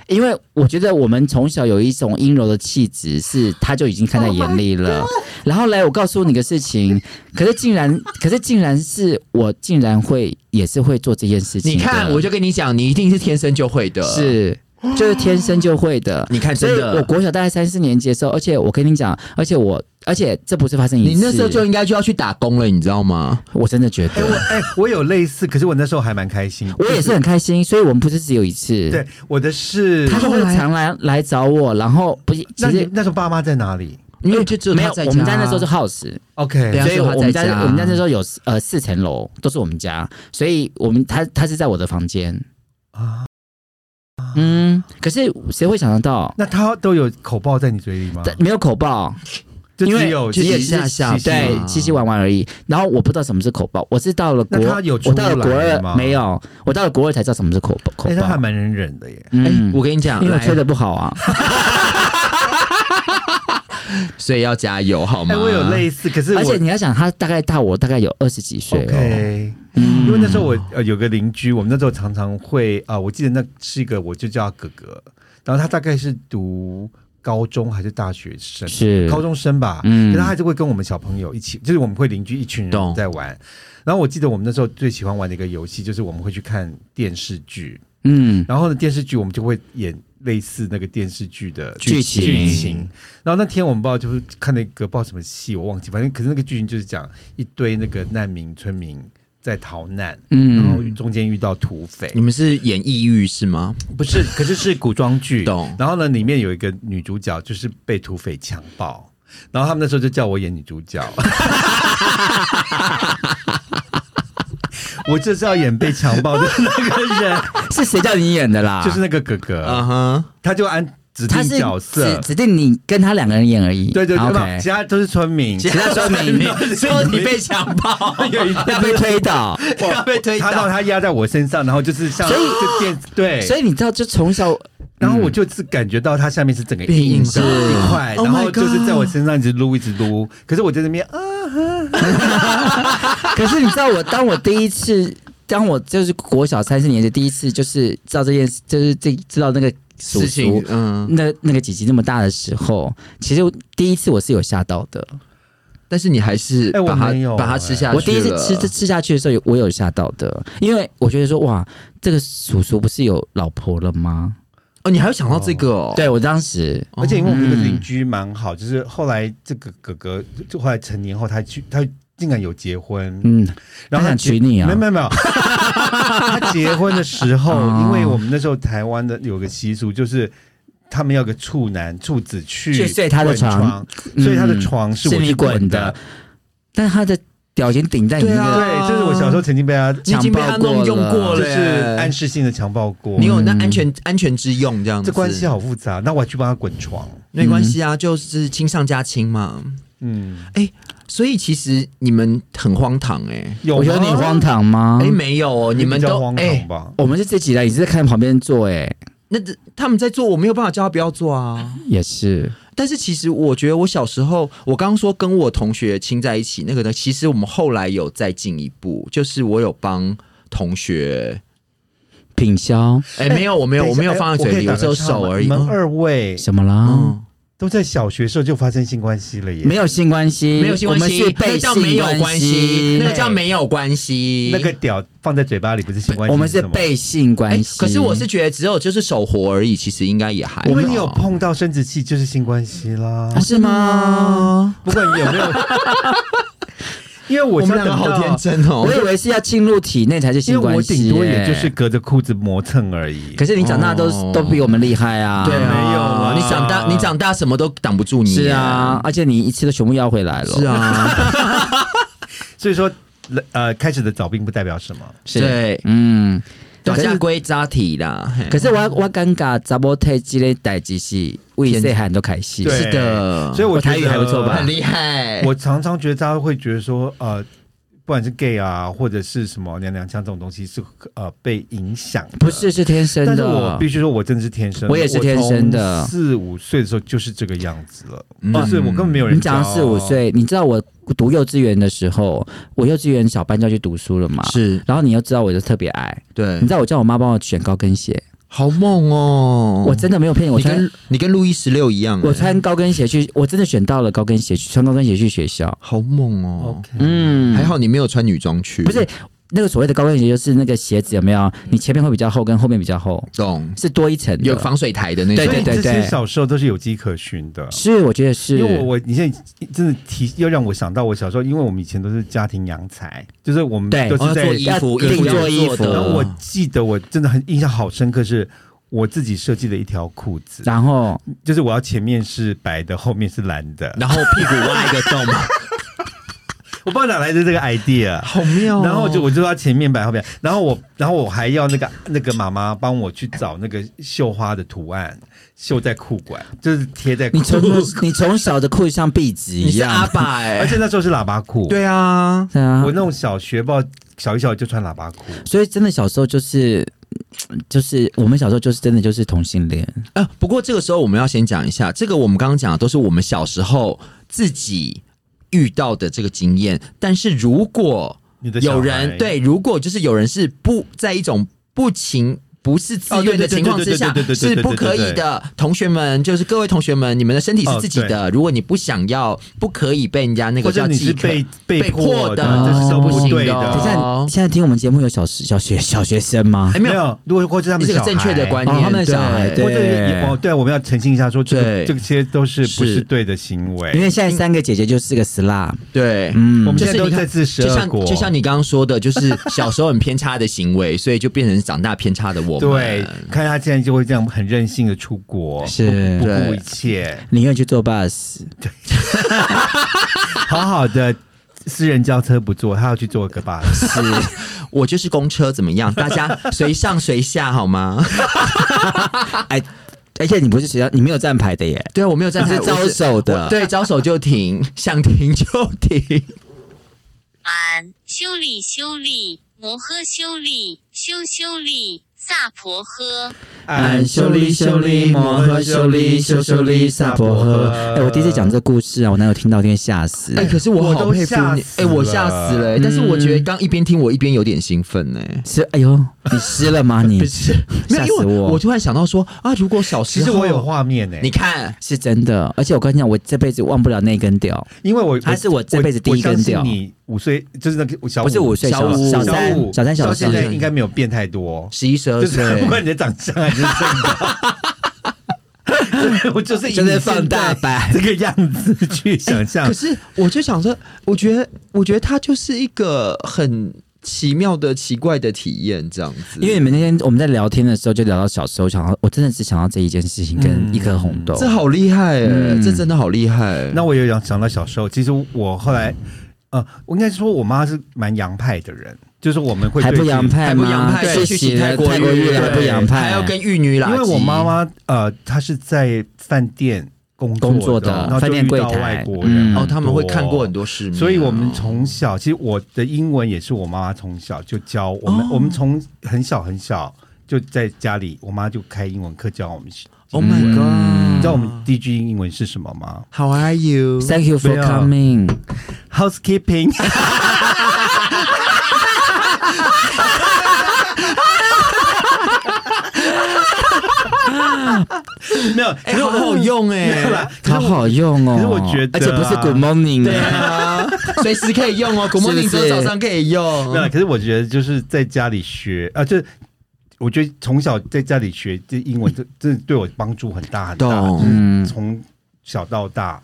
[SPEAKER 2] 因为我觉得我们从小有一种阴柔的气质，是他就已经
[SPEAKER 3] Oh
[SPEAKER 2] 看在眼里了。然后嘞，我告诉你个事情，可是竟然，可是竟然是我竟然会也是会做这件事情
[SPEAKER 3] 你
[SPEAKER 2] 的。
[SPEAKER 3] 看，我就跟你讲，你一定是天生就会的。，
[SPEAKER 2] 是，就是天生就会的。
[SPEAKER 3] 你看
[SPEAKER 2] 所
[SPEAKER 3] 真
[SPEAKER 2] 以
[SPEAKER 3] 的，
[SPEAKER 2] 我国小大概三四年级的时候，而且我跟你讲，而且我，而且这不是发生一
[SPEAKER 3] 你
[SPEAKER 2] 次，
[SPEAKER 3] 那时候就应该就要去打工了，你知道吗？
[SPEAKER 2] 我真的觉得，
[SPEAKER 1] 我哎、我有类似，可是我那时候还蛮开心。
[SPEAKER 2] 我也是很开心，所以我们不是只有一次，
[SPEAKER 1] 对，我的是
[SPEAKER 2] 他就会常来来找我，然后不是，
[SPEAKER 1] 那
[SPEAKER 2] 其
[SPEAKER 1] 你
[SPEAKER 2] 实
[SPEAKER 1] 那时候爸妈在哪里
[SPEAKER 3] 因为就只有
[SPEAKER 2] 没
[SPEAKER 3] 他
[SPEAKER 2] 有，
[SPEAKER 3] 在
[SPEAKER 2] 我们家
[SPEAKER 3] 啊
[SPEAKER 2] 那时候是 house，
[SPEAKER 1] ？OK，
[SPEAKER 3] 对啊
[SPEAKER 2] 所以
[SPEAKER 3] 只有他
[SPEAKER 2] 我们
[SPEAKER 3] 在家
[SPEAKER 2] 我们家那时候有呃四层楼都是我们家，所以我们他他是在我的房间，
[SPEAKER 1] 啊，
[SPEAKER 2] 嗯，可是谁会想得到？
[SPEAKER 1] 那他都有口爆在你嘴里吗？
[SPEAKER 2] 但没有口爆，
[SPEAKER 1] 就
[SPEAKER 2] 因为
[SPEAKER 1] 只有
[SPEAKER 2] 只
[SPEAKER 1] 七
[SPEAKER 2] 有
[SPEAKER 1] 七
[SPEAKER 3] 下下
[SPEAKER 1] 七七
[SPEAKER 2] 对
[SPEAKER 3] 吗，
[SPEAKER 2] 七七玩玩而已。然后我不知道什么是口爆，我是到了国，
[SPEAKER 1] 那他有出
[SPEAKER 2] 我到了国
[SPEAKER 1] 来
[SPEAKER 2] 二
[SPEAKER 1] 吗
[SPEAKER 2] 没有，我到了国二才知道什么是口爆口
[SPEAKER 1] 哎、他还
[SPEAKER 2] 爆。
[SPEAKER 1] 蛮能忍的耶。
[SPEAKER 3] 哎
[SPEAKER 2] 嗯，
[SPEAKER 3] 我跟你讲，
[SPEAKER 2] 因为我
[SPEAKER 3] 来
[SPEAKER 2] 吹的不好啊，
[SPEAKER 3] 所以要加油好
[SPEAKER 1] 哎、
[SPEAKER 3] 吗？
[SPEAKER 1] 我有类似，可是我
[SPEAKER 2] 而且你要想，他大概大我大概有二十几岁哦，
[SPEAKER 1] OK，、因为那时候我呃有个邻居，我们那时候常常会啊、呃我记得那是一个我就叫他哥哥，然后他大概是读高中还是大学生，
[SPEAKER 2] 是
[SPEAKER 1] 高中生吧，
[SPEAKER 2] 嗯
[SPEAKER 1] 嗯，可是他还是会跟我们小朋友一起，就是我们会邻居一群
[SPEAKER 3] 懂
[SPEAKER 1] 人在玩。然后我记得我们那时候最喜欢玩的一个游戏，就是我们会去看电视剧，
[SPEAKER 2] 嗯，
[SPEAKER 1] 然后呢电视剧我们就会演类似那个电视剧的
[SPEAKER 2] 剧情
[SPEAKER 1] 剧情。然后那天我们不知道就是看那个不知道什么戏，我忘记，反正可是那个剧情就是讲一堆那个难民村民在逃难，
[SPEAKER 2] 嗯
[SPEAKER 1] 然后中间遇到土匪，
[SPEAKER 3] 你们是演抑郁是吗？
[SPEAKER 1] 不 是，可是是古装剧，
[SPEAKER 3] 懂
[SPEAKER 1] 然后呢，里面有一个女主角就是被土匪强暴，然后他们那时候就叫我演女主 角。我就是要演被强暴的那个人，
[SPEAKER 2] 是谁叫你演的 啦？
[SPEAKER 1] 就是那个哥哥，
[SPEAKER 3] 哼，
[SPEAKER 1] 他就按指
[SPEAKER 2] 他
[SPEAKER 1] 定
[SPEAKER 2] 是
[SPEAKER 1] 角色
[SPEAKER 2] 只，只定你跟他两个人演而已，
[SPEAKER 1] 对对对，
[SPEAKER 2] ，OK
[SPEAKER 1] 不其。他都是村民，
[SPEAKER 2] 其 他说明
[SPEAKER 3] 说你 被强暴，
[SPEAKER 2] 要 被推倒，
[SPEAKER 3] 要被推
[SPEAKER 1] 他让
[SPEAKER 3] 倒。
[SPEAKER 1] 他压在我身上，然后就是像
[SPEAKER 2] 所以
[SPEAKER 1] 就电对，
[SPEAKER 2] 所以你知道，就从 小
[SPEAKER 1] 然后我就是感觉到它下面是整个
[SPEAKER 3] 变
[SPEAKER 1] 硬
[SPEAKER 3] 硬
[SPEAKER 2] 嗯
[SPEAKER 1] 的
[SPEAKER 3] 是
[SPEAKER 1] 一块，
[SPEAKER 3] Oh
[SPEAKER 1] 然后
[SPEAKER 3] my
[SPEAKER 1] 就是在我
[SPEAKER 3] God
[SPEAKER 1] 身上一直撸一直撸，可是我在那边啊，
[SPEAKER 2] 可是你知道我，当我第一次，当我就是国小三四年级第一次，就是知道这件事，就是这知道那个叔
[SPEAKER 3] 事情
[SPEAKER 2] 叔，，
[SPEAKER 3] 嗯，
[SPEAKER 2] 那那个姐姐那么大的时候，其实我第一次我是有吓到的。
[SPEAKER 3] 但是你还是
[SPEAKER 1] 哎我
[SPEAKER 3] 把它
[SPEAKER 1] 没有哎
[SPEAKER 3] 把它吃下去了。
[SPEAKER 2] 我第一次吃这吃下去的时候，有我有吓到的，因为我觉得说哇，这个叔叔不是有老婆了吗？
[SPEAKER 3] 哦，你还有想到这个哦？
[SPEAKER 2] 对我当时
[SPEAKER 1] 而且因为我们的邻居蛮好，就是后来这个哥哥就后来成年后，他去他竟然有结婚，
[SPEAKER 2] 嗯，
[SPEAKER 1] 然后
[SPEAKER 2] 他想
[SPEAKER 1] 结
[SPEAKER 2] 娶你啊
[SPEAKER 1] 没有没有没有，他结婚的时候，
[SPEAKER 2] 哦
[SPEAKER 1] 因为我们那时候台湾的有个习俗就是。他们要个处男处子去
[SPEAKER 2] 去睡他的
[SPEAKER 1] 滚
[SPEAKER 2] 床
[SPEAKER 1] 床，所以他的
[SPEAKER 2] 嗯
[SPEAKER 1] 床是
[SPEAKER 2] 是
[SPEAKER 1] 我
[SPEAKER 2] 你
[SPEAKER 1] 去
[SPEAKER 2] 滚的
[SPEAKER 1] 的。
[SPEAKER 2] 但他的屌型顶在你那
[SPEAKER 3] 对啊
[SPEAKER 1] 对，
[SPEAKER 2] 个，
[SPEAKER 1] 就是我小时候曾经被他
[SPEAKER 3] 你已经被他弄用过
[SPEAKER 1] 就
[SPEAKER 3] 了耶，
[SPEAKER 1] 是哎暗示性的强暴过。
[SPEAKER 3] 你有那安全安全之用这样子。
[SPEAKER 1] 嗯这关系啊嗯好复杂，那我还去帮他滚床。
[SPEAKER 3] 没关系啊，就是亲上加亲嘛。
[SPEAKER 1] 嗯，
[SPEAKER 3] 所以其实你们很荒唐哎，
[SPEAKER 1] 有
[SPEAKER 2] 我觉得
[SPEAKER 1] 吗
[SPEAKER 2] 你荒，唐吗？
[SPEAKER 3] 哎没有哦，你们
[SPEAKER 1] 啊比较
[SPEAKER 3] 都
[SPEAKER 1] 荒
[SPEAKER 3] 哎
[SPEAKER 1] 唐，吧？
[SPEAKER 2] 我们是自己来，你是在看旁边做、哎，
[SPEAKER 3] 那这他们在做，我没有办法叫他不要做啊。
[SPEAKER 2] 也是。
[SPEAKER 3] 但是其实我觉得我小时候，我刚刚说跟我同学亲在一起那个呢，其实我们后来有再进一步，就是我有帮同学，
[SPEAKER 2] 品销
[SPEAKER 3] 哎、没有，我没有，
[SPEAKER 1] 等一
[SPEAKER 3] 我
[SPEAKER 1] 下
[SPEAKER 3] 没有放在嘴里，
[SPEAKER 1] 哎
[SPEAKER 3] 我只有手而已
[SPEAKER 1] 我可以打个岔吗你。们二位
[SPEAKER 2] 什么啦？
[SPEAKER 3] 嗯，
[SPEAKER 1] 都在小学时候就发生性关系了耶？
[SPEAKER 2] 没有性关系，
[SPEAKER 3] 没有性关
[SPEAKER 2] 我们
[SPEAKER 3] 系，
[SPEAKER 2] 是
[SPEAKER 3] 那
[SPEAKER 2] 被
[SPEAKER 3] 叫没
[SPEAKER 2] 性
[SPEAKER 3] 有关系，那个叫没有关系，
[SPEAKER 1] 那个屌放在嘴巴里不是性关系，
[SPEAKER 2] 我们是
[SPEAKER 1] 什么
[SPEAKER 2] 被性关
[SPEAKER 3] 哎，
[SPEAKER 2] 系。
[SPEAKER 3] 可是我是觉得只有就是手活而已，其实应该也还好。
[SPEAKER 1] 因为你有碰到生殖器就是性关系啦
[SPEAKER 2] 啊。是吗？
[SPEAKER 1] 不管你有 没有，因为我
[SPEAKER 3] 我
[SPEAKER 1] 是
[SPEAKER 3] 们两个
[SPEAKER 1] 等
[SPEAKER 3] 好
[SPEAKER 1] 到
[SPEAKER 3] 天。真哦
[SPEAKER 2] 我。以为是要进入体内才是
[SPEAKER 1] 因
[SPEAKER 2] 性
[SPEAKER 1] 为
[SPEAKER 2] 关
[SPEAKER 1] 我
[SPEAKER 2] 系、
[SPEAKER 1] 顶多也
[SPEAKER 2] 哎
[SPEAKER 1] 就是隔着裤子磨蹭而已。
[SPEAKER 2] 可是你长大都、
[SPEAKER 3] 哦
[SPEAKER 2] 都比我们厉害啊！
[SPEAKER 3] 对啊，
[SPEAKER 1] 没有啦
[SPEAKER 3] 你长大，你长大什么都挡不住你。
[SPEAKER 2] 是
[SPEAKER 1] 嗯
[SPEAKER 2] 啊，，而且你一次都全部要回来了。
[SPEAKER 3] 是， 啊，
[SPEAKER 1] 所以说，呃，开始的早病不代表什么。
[SPEAKER 2] 是
[SPEAKER 3] 对，
[SPEAKER 2] 嗯。
[SPEAKER 3] 打
[SPEAKER 2] 可
[SPEAKER 3] 架
[SPEAKER 2] 是
[SPEAKER 3] 归扎体啦。嘿
[SPEAKER 2] 可是我我尴尬，查某太这类代志是为细汉都开始。
[SPEAKER 1] 对
[SPEAKER 3] 是的，
[SPEAKER 1] 所以我觉得
[SPEAKER 2] 我台语还不错吧
[SPEAKER 3] 很厉
[SPEAKER 2] 哎
[SPEAKER 3] 害。
[SPEAKER 1] 我常常觉得大家会觉得说，呃，不管是 gay 啊，或者是什么娘娘腔这种东西是呃被影响的，
[SPEAKER 2] 不是是天生
[SPEAKER 1] 但是我
[SPEAKER 2] 的
[SPEAKER 1] 必，须说，我真的是天生的，
[SPEAKER 2] 我也是天生的
[SPEAKER 1] 四五岁的时候就是这个样子了，
[SPEAKER 3] 嗯
[SPEAKER 1] 就是我根本没有人
[SPEAKER 2] 你讲
[SPEAKER 1] 教
[SPEAKER 2] 四五，岁，你知道我读幼稚园的时候，我幼稚园小班就要去读书了嘛。
[SPEAKER 3] 是
[SPEAKER 2] 然后你又知道我就特别矮，
[SPEAKER 3] 对
[SPEAKER 1] 嗯
[SPEAKER 2] 你知，道我叫我妈帮我选高跟鞋，
[SPEAKER 3] 好猛哦！
[SPEAKER 2] 我真的没有骗你，我
[SPEAKER 3] 你
[SPEAKER 2] 穿
[SPEAKER 3] 跟你跟路易十六
[SPEAKER 1] 嗯
[SPEAKER 3] 一样，
[SPEAKER 2] 我
[SPEAKER 3] 哎
[SPEAKER 2] 穿高跟鞋去，我真的选到了高跟鞋去，穿高跟鞋去学校。
[SPEAKER 3] 好猛哦
[SPEAKER 1] OK，
[SPEAKER 2] 嗯，
[SPEAKER 3] 还好你没有穿女装去，
[SPEAKER 2] 不是那个所谓的高跟鞋，就是那个鞋子有没有？你前面会比较厚，跟后面比较厚，
[SPEAKER 3] 懂
[SPEAKER 2] 是多一层的。
[SPEAKER 3] 有防水台的那种。
[SPEAKER 2] 对
[SPEAKER 1] 所以
[SPEAKER 2] 对对
[SPEAKER 1] 这些小时候都是有迹可循的。
[SPEAKER 2] 是，我觉得
[SPEAKER 1] 因
[SPEAKER 2] 是
[SPEAKER 1] 为我我你现在真的提又让我想到我小时候，因为我们以前都是家庭养材，就是我们
[SPEAKER 2] 对
[SPEAKER 1] 都是
[SPEAKER 3] 哦
[SPEAKER 1] 在
[SPEAKER 3] 做衣服，
[SPEAKER 2] 要定
[SPEAKER 3] 要
[SPEAKER 2] 做衣服
[SPEAKER 3] 的
[SPEAKER 1] 然后我记得我真的很印象好深刻，是我自己设计的一条裤子，
[SPEAKER 2] 然后
[SPEAKER 1] 就是我要前面是白的，后面是蓝的。
[SPEAKER 3] 然后屁股挖一个洞，
[SPEAKER 1] 我不知道哪来的这个 idea。
[SPEAKER 3] 好妙哦
[SPEAKER 1] 然后就我就要前面白后面，然后我然后我还要那个那个妈妈帮我去找那个绣花的图案，绣在裤管，就是贴在裤
[SPEAKER 2] 你从
[SPEAKER 1] 管，
[SPEAKER 2] 你从小的裤子像壁纸
[SPEAKER 3] 你
[SPEAKER 2] 一
[SPEAKER 3] 是阿
[SPEAKER 2] 样，
[SPEAKER 3] 爸哎、
[SPEAKER 1] 而且那时候是喇叭裤。，
[SPEAKER 3] 对啊，
[SPEAKER 2] 对啊
[SPEAKER 1] 我，那种小学报小一小二就穿喇叭裤，
[SPEAKER 2] 所以真的小时候就是。就是我们小时候就是真的就是同性恋，
[SPEAKER 3] 呃，不过这个时候我们要先讲一下，这个我们刚刚讲的都是我们小时候自己遇到的这个经验，但是如果
[SPEAKER 1] 你的小
[SPEAKER 3] 有
[SPEAKER 1] 孩
[SPEAKER 3] 人对，如果就是有人是不在一种不情。不是自愿的
[SPEAKER 1] 哦对对
[SPEAKER 3] 情况之下
[SPEAKER 1] 对对对对对
[SPEAKER 3] 是
[SPEAKER 1] 对对
[SPEAKER 3] 不可以
[SPEAKER 1] 对
[SPEAKER 3] 的，同学们，就是各位同学们，你们的身体是自己的，如果你不想要，不可以被人家那
[SPEAKER 1] 或
[SPEAKER 3] 个
[SPEAKER 1] 者
[SPEAKER 3] 叫
[SPEAKER 1] 你是
[SPEAKER 3] 饥渴。
[SPEAKER 1] 被
[SPEAKER 3] 被
[SPEAKER 1] 迫
[SPEAKER 3] 迫的
[SPEAKER 1] 这是都
[SPEAKER 2] 哦
[SPEAKER 1] 不对
[SPEAKER 3] 不行的
[SPEAKER 2] 等一
[SPEAKER 1] 的。
[SPEAKER 2] 下，
[SPEAKER 3] 哦
[SPEAKER 2] 现在听我们节目有小小学小学生吗
[SPEAKER 3] 哎，？没
[SPEAKER 1] 没
[SPEAKER 3] 有，
[SPEAKER 1] 有，如果或者他们
[SPEAKER 3] 这个
[SPEAKER 1] 小孩
[SPEAKER 3] 正确的观
[SPEAKER 2] 哦
[SPEAKER 3] 念，
[SPEAKER 2] 他们的小孩
[SPEAKER 1] 或
[SPEAKER 2] 对
[SPEAKER 1] 者也哦，对，我们要澄清一下，说这个
[SPEAKER 3] 对
[SPEAKER 1] 这些都是不是
[SPEAKER 3] 是
[SPEAKER 1] 对的行
[SPEAKER 2] 因
[SPEAKER 1] 为。
[SPEAKER 2] 为现在三个姐姐就是个 slut，
[SPEAKER 3] 对，
[SPEAKER 2] 嗯
[SPEAKER 1] 我，们
[SPEAKER 3] 就
[SPEAKER 1] 现
[SPEAKER 3] 是
[SPEAKER 1] 在都
[SPEAKER 3] 你看
[SPEAKER 1] 在自食
[SPEAKER 3] 就
[SPEAKER 1] 恶
[SPEAKER 3] 像
[SPEAKER 1] 果，
[SPEAKER 3] 就像你刚刚说的，就是小时候很偏差的行为，所以就变成长大偏差的我们。
[SPEAKER 1] 对，看他现在就会这样很任性的出国，
[SPEAKER 2] 是
[SPEAKER 1] 不不顾
[SPEAKER 3] 对
[SPEAKER 1] 一切，
[SPEAKER 2] 宁愿去做 bus，
[SPEAKER 1] 好好的私人轿车不坐，他要去坐个巴 士。
[SPEAKER 3] 我就是公车怎么样？大家随上随下好吗？
[SPEAKER 2] 哎，而且你不是学校，你没有站牌的耶，
[SPEAKER 3] 对啊我没有站
[SPEAKER 2] 你
[SPEAKER 3] 在
[SPEAKER 2] 是招手的，
[SPEAKER 3] 对，招手就停，想停就停。
[SPEAKER 4] 俺修理修理摩诃修理修修理萨婆诃。
[SPEAKER 3] 哎
[SPEAKER 2] 俺修利修利摩诃修利修修利萨婆诃。哎、我第一次讲这个故事啊，我男友听到一定吓死。
[SPEAKER 3] 哎、可是
[SPEAKER 1] 我
[SPEAKER 3] 我好
[SPEAKER 1] 都
[SPEAKER 3] 佩服
[SPEAKER 1] 吓
[SPEAKER 3] 你，
[SPEAKER 1] 死
[SPEAKER 3] 哎、我
[SPEAKER 1] 了
[SPEAKER 3] 吓死了、但是我觉得刚一边听我一边有点兴奋欸呢、
[SPEAKER 2] 是，哎 呦，你湿了吗？你
[SPEAKER 3] 不是，没
[SPEAKER 2] 吓
[SPEAKER 3] 有，
[SPEAKER 2] 死
[SPEAKER 3] 因为
[SPEAKER 2] 我！
[SPEAKER 3] 我突然想到说啊，如果小时
[SPEAKER 1] 其
[SPEAKER 3] 候，
[SPEAKER 1] 实我有画面呢、欸
[SPEAKER 3] 你看，
[SPEAKER 2] 是真的，而且我跟你讲，我这辈子忘不了那根屌，
[SPEAKER 1] 因为我
[SPEAKER 2] 他是我这辈子第一根
[SPEAKER 1] 我相信
[SPEAKER 2] 掉
[SPEAKER 1] 你五岁就是那个小
[SPEAKER 2] 不是五岁小
[SPEAKER 1] 五
[SPEAKER 2] 小
[SPEAKER 1] 小
[SPEAKER 2] 三
[SPEAKER 1] 五
[SPEAKER 2] 小三小
[SPEAKER 1] 到
[SPEAKER 2] 四
[SPEAKER 1] 现在应该没有变太多，
[SPEAKER 3] 十一十二
[SPEAKER 1] 就是
[SPEAKER 3] 岁
[SPEAKER 1] 不，管你的长相还是身高。我就是以
[SPEAKER 2] 就是
[SPEAKER 1] 你现
[SPEAKER 2] 放大
[SPEAKER 1] 在
[SPEAKER 2] 版
[SPEAKER 1] 这个样子去想象
[SPEAKER 3] 可，是我就想说，我觉得，我觉得它就是一个很奇妙的、奇怪的体验，这样子。
[SPEAKER 2] 因为你们那天我们在聊天的时候就聊到小时候，想到我真的只想到这一件事情
[SPEAKER 3] 嗯
[SPEAKER 2] 跟一颗红豆。
[SPEAKER 3] 这好厉害、欸
[SPEAKER 2] 嗯
[SPEAKER 3] 这真的好厉害、
[SPEAKER 1] 那我也想想到小时候，其实我后来，呃，我应该说我妈是蛮洋派的人，就是我们会
[SPEAKER 2] 还
[SPEAKER 1] 对自
[SPEAKER 2] 不
[SPEAKER 1] 己
[SPEAKER 2] 洋派
[SPEAKER 3] 还
[SPEAKER 2] 吗？
[SPEAKER 3] 不洋派，
[SPEAKER 2] 对
[SPEAKER 3] 去洗泰
[SPEAKER 2] 国
[SPEAKER 3] 国
[SPEAKER 2] 泰国
[SPEAKER 3] 浴
[SPEAKER 2] 浴还不洋派，
[SPEAKER 3] 还要跟玉女啦。
[SPEAKER 1] 因为我妈妈呃，她是在饭店工作
[SPEAKER 2] 工作的
[SPEAKER 1] 然后
[SPEAKER 2] 饭
[SPEAKER 1] 就
[SPEAKER 2] 店
[SPEAKER 1] 遇
[SPEAKER 2] 柜
[SPEAKER 1] 到
[SPEAKER 2] 台
[SPEAKER 1] 外国人，
[SPEAKER 2] 嗯
[SPEAKER 3] 哦，他们会看过很。多世面、啊
[SPEAKER 1] 所以，我们从小，其实我的英文也是我妈妈从小就教
[SPEAKER 3] 哦
[SPEAKER 1] 我们。我们从很小很小就在家里，我妈就开英文课教我们
[SPEAKER 3] Oh my
[SPEAKER 2] 嗯
[SPEAKER 3] god！
[SPEAKER 1] 你知道我
[SPEAKER 3] 嗯
[SPEAKER 1] 们第一句英文是什么吗
[SPEAKER 3] How are you？
[SPEAKER 2] Thank you for
[SPEAKER 1] 不要
[SPEAKER 2] coming。
[SPEAKER 1] ？Housekeeping。没有，
[SPEAKER 3] 哎，好好用
[SPEAKER 1] 没有
[SPEAKER 3] 哎
[SPEAKER 1] 啦，
[SPEAKER 2] 好好用哦，
[SPEAKER 1] 可是我觉得啊
[SPEAKER 2] 而且不是 Good morning，
[SPEAKER 3] 对啊，随时可以用哦。 古
[SPEAKER 2] 是
[SPEAKER 3] 梦
[SPEAKER 2] 不
[SPEAKER 3] 丽只有
[SPEAKER 2] 是
[SPEAKER 3] 早上可以用
[SPEAKER 2] 嗯
[SPEAKER 1] 没。有，可是我觉得就是在家里学啊，就是我觉得从小在家里学这英 文，这这对我帮助很大很大。
[SPEAKER 3] 懂
[SPEAKER 2] 嗯
[SPEAKER 1] 就是从小到大，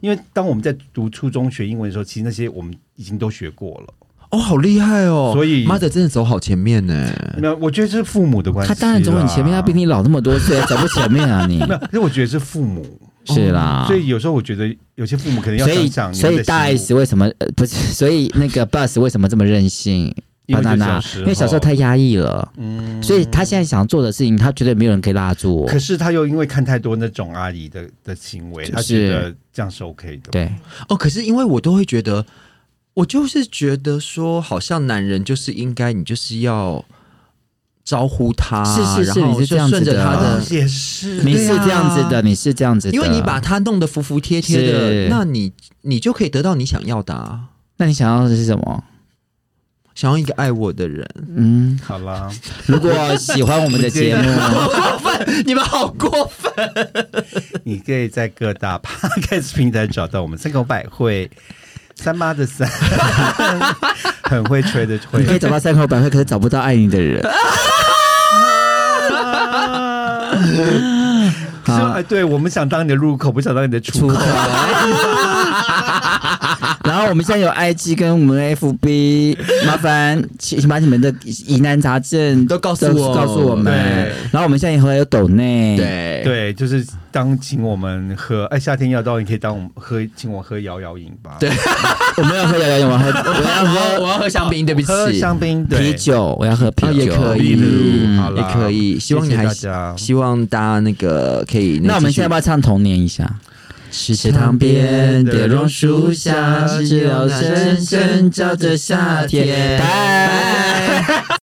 [SPEAKER 1] 因为当我们在读初中学英文的时候，其实那些我们已经都学过了。
[SPEAKER 3] 哦，好厉害哦！
[SPEAKER 1] 所以
[SPEAKER 3] 妈的，真的走好前面呢。
[SPEAKER 1] 没有，我觉得是父母的关系
[SPEAKER 2] 他
[SPEAKER 1] 啦。
[SPEAKER 2] 当然走很前面，他比你老那么多岁，走不前面啊你
[SPEAKER 1] 没。有，可是我觉得是父母。
[SPEAKER 2] 是啦，
[SPEAKER 1] 所以有时候我觉得有些父母可能要
[SPEAKER 2] 所
[SPEAKER 1] 想
[SPEAKER 2] 以
[SPEAKER 1] 想你
[SPEAKER 2] 啊所
[SPEAKER 1] 们
[SPEAKER 2] 以
[SPEAKER 1] 的
[SPEAKER 2] 大
[SPEAKER 1] 心路
[SPEAKER 2] S 为什么呃不是？所以那个 Bus 为什么这么任性？
[SPEAKER 1] 因为就
[SPEAKER 2] Banana，
[SPEAKER 1] 小时候
[SPEAKER 2] 因为小时候太压抑了，
[SPEAKER 1] 嗯
[SPEAKER 2] 所以他现在想做的事情，他绝对没有人可以拉住我
[SPEAKER 1] 可。是他又因为看太多那种阿姨的的行为，
[SPEAKER 2] 就是
[SPEAKER 1] 他觉得这样是 OK 的。
[SPEAKER 2] 对，
[SPEAKER 3] 哦，可是因为我都会觉得，我就是觉得说，好像男人就是应该，你就是要招呼他，
[SPEAKER 2] 是是是
[SPEAKER 3] 然后
[SPEAKER 2] 你是这样
[SPEAKER 3] 就
[SPEAKER 2] 子
[SPEAKER 3] 顺着
[SPEAKER 2] 的
[SPEAKER 3] 他
[SPEAKER 1] 啊
[SPEAKER 3] 的
[SPEAKER 2] 嗯，
[SPEAKER 1] 也是
[SPEAKER 2] 你
[SPEAKER 3] 对
[SPEAKER 2] 是
[SPEAKER 3] 啊
[SPEAKER 2] 这样子的，你是这样子的，
[SPEAKER 3] 因为你把他弄得服服帖帖的
[SPEAKER 2] 是，
[SPEAKER 3] 那你你就可以得到你想要的、啊，
[SPEAKER 2] 那你想要的是什么？
[SPEAKER 3] 想要一个爱我的人。
[SPEAKER 2] 嗯，
[SPEAKER 1] 好啦，
[SPEAKER 2] 如果喜欢我们的节目，
[SPEAKER 3] 过分，你们好过分！
[SPEAKER 1] 你可以在各大 podcast 平台找到我们三口百惠三八的三， 很会吹的
[SPEAKER 2] 你
[SPEAKER 1] 吹。
[SPEAKER 2] 可以找到三口百惠，可是找不到爱你的人。
[SPEAKER 1] 啊 说哎，对，我们想当你的入口，不想当你的出
[SPEAKER 2] 出
[SPEAKER 1] 口
[SPEAKER 2] 头。。 然后我们现在有 IG 跟我们 FB，麻烦请把你们的疑难杂症
[SPEAKER 3] 都告诉我
[SPEAKER 2] 告诉我们
[SPEAKER 1] 对。
[SPEAKER 2] 然后我们现在以后还有抖内，，
[SPEAKER 3] 对，
[SPEAKER 1] 对，就是当请我们喝，哎，夏天要到，你可以当我们喝，请我喝摇摇饮吧。对，
[SPEAKER 2] 我们要喝摇摇饮，我要喝，我
[SPEAKER 3] 我要
[SPEAKER 2] 要
[SPEAKER 3] 喝，我
[SPEAKER 2] 喝
[SPEAKER 3] 要喝香槟， 对不起，
[SPEAKER 1] 喝香槟，对
[SPEAKER 2] 啤，酒，我要喝啤
[SPEAKER 3] 哦
[SPEAKER 2] 酒，
[SPEAKER 3] 也可
[SPEAKER 1] 啤
[SPEAKER 3] 以
[SPEAKER 1] 酒，
[SPEAKER 3] 嗯
[SPEAKER 1] 好
[SPEAKER 3] 也
[SPEAKER 1] 啦
[SPEAKER 3] 可以。希望你还
[SPEAKER 1] 谢谢大家
[SPEAKER 3] 希望大家那个可以个
[SPEAKER 2] 那我们
[SPEAKER 3] 继续
[SPEAKER 2] 现在要不要唱童年一下？石池塘边的榕树下，知了声声叫着夏天。拜。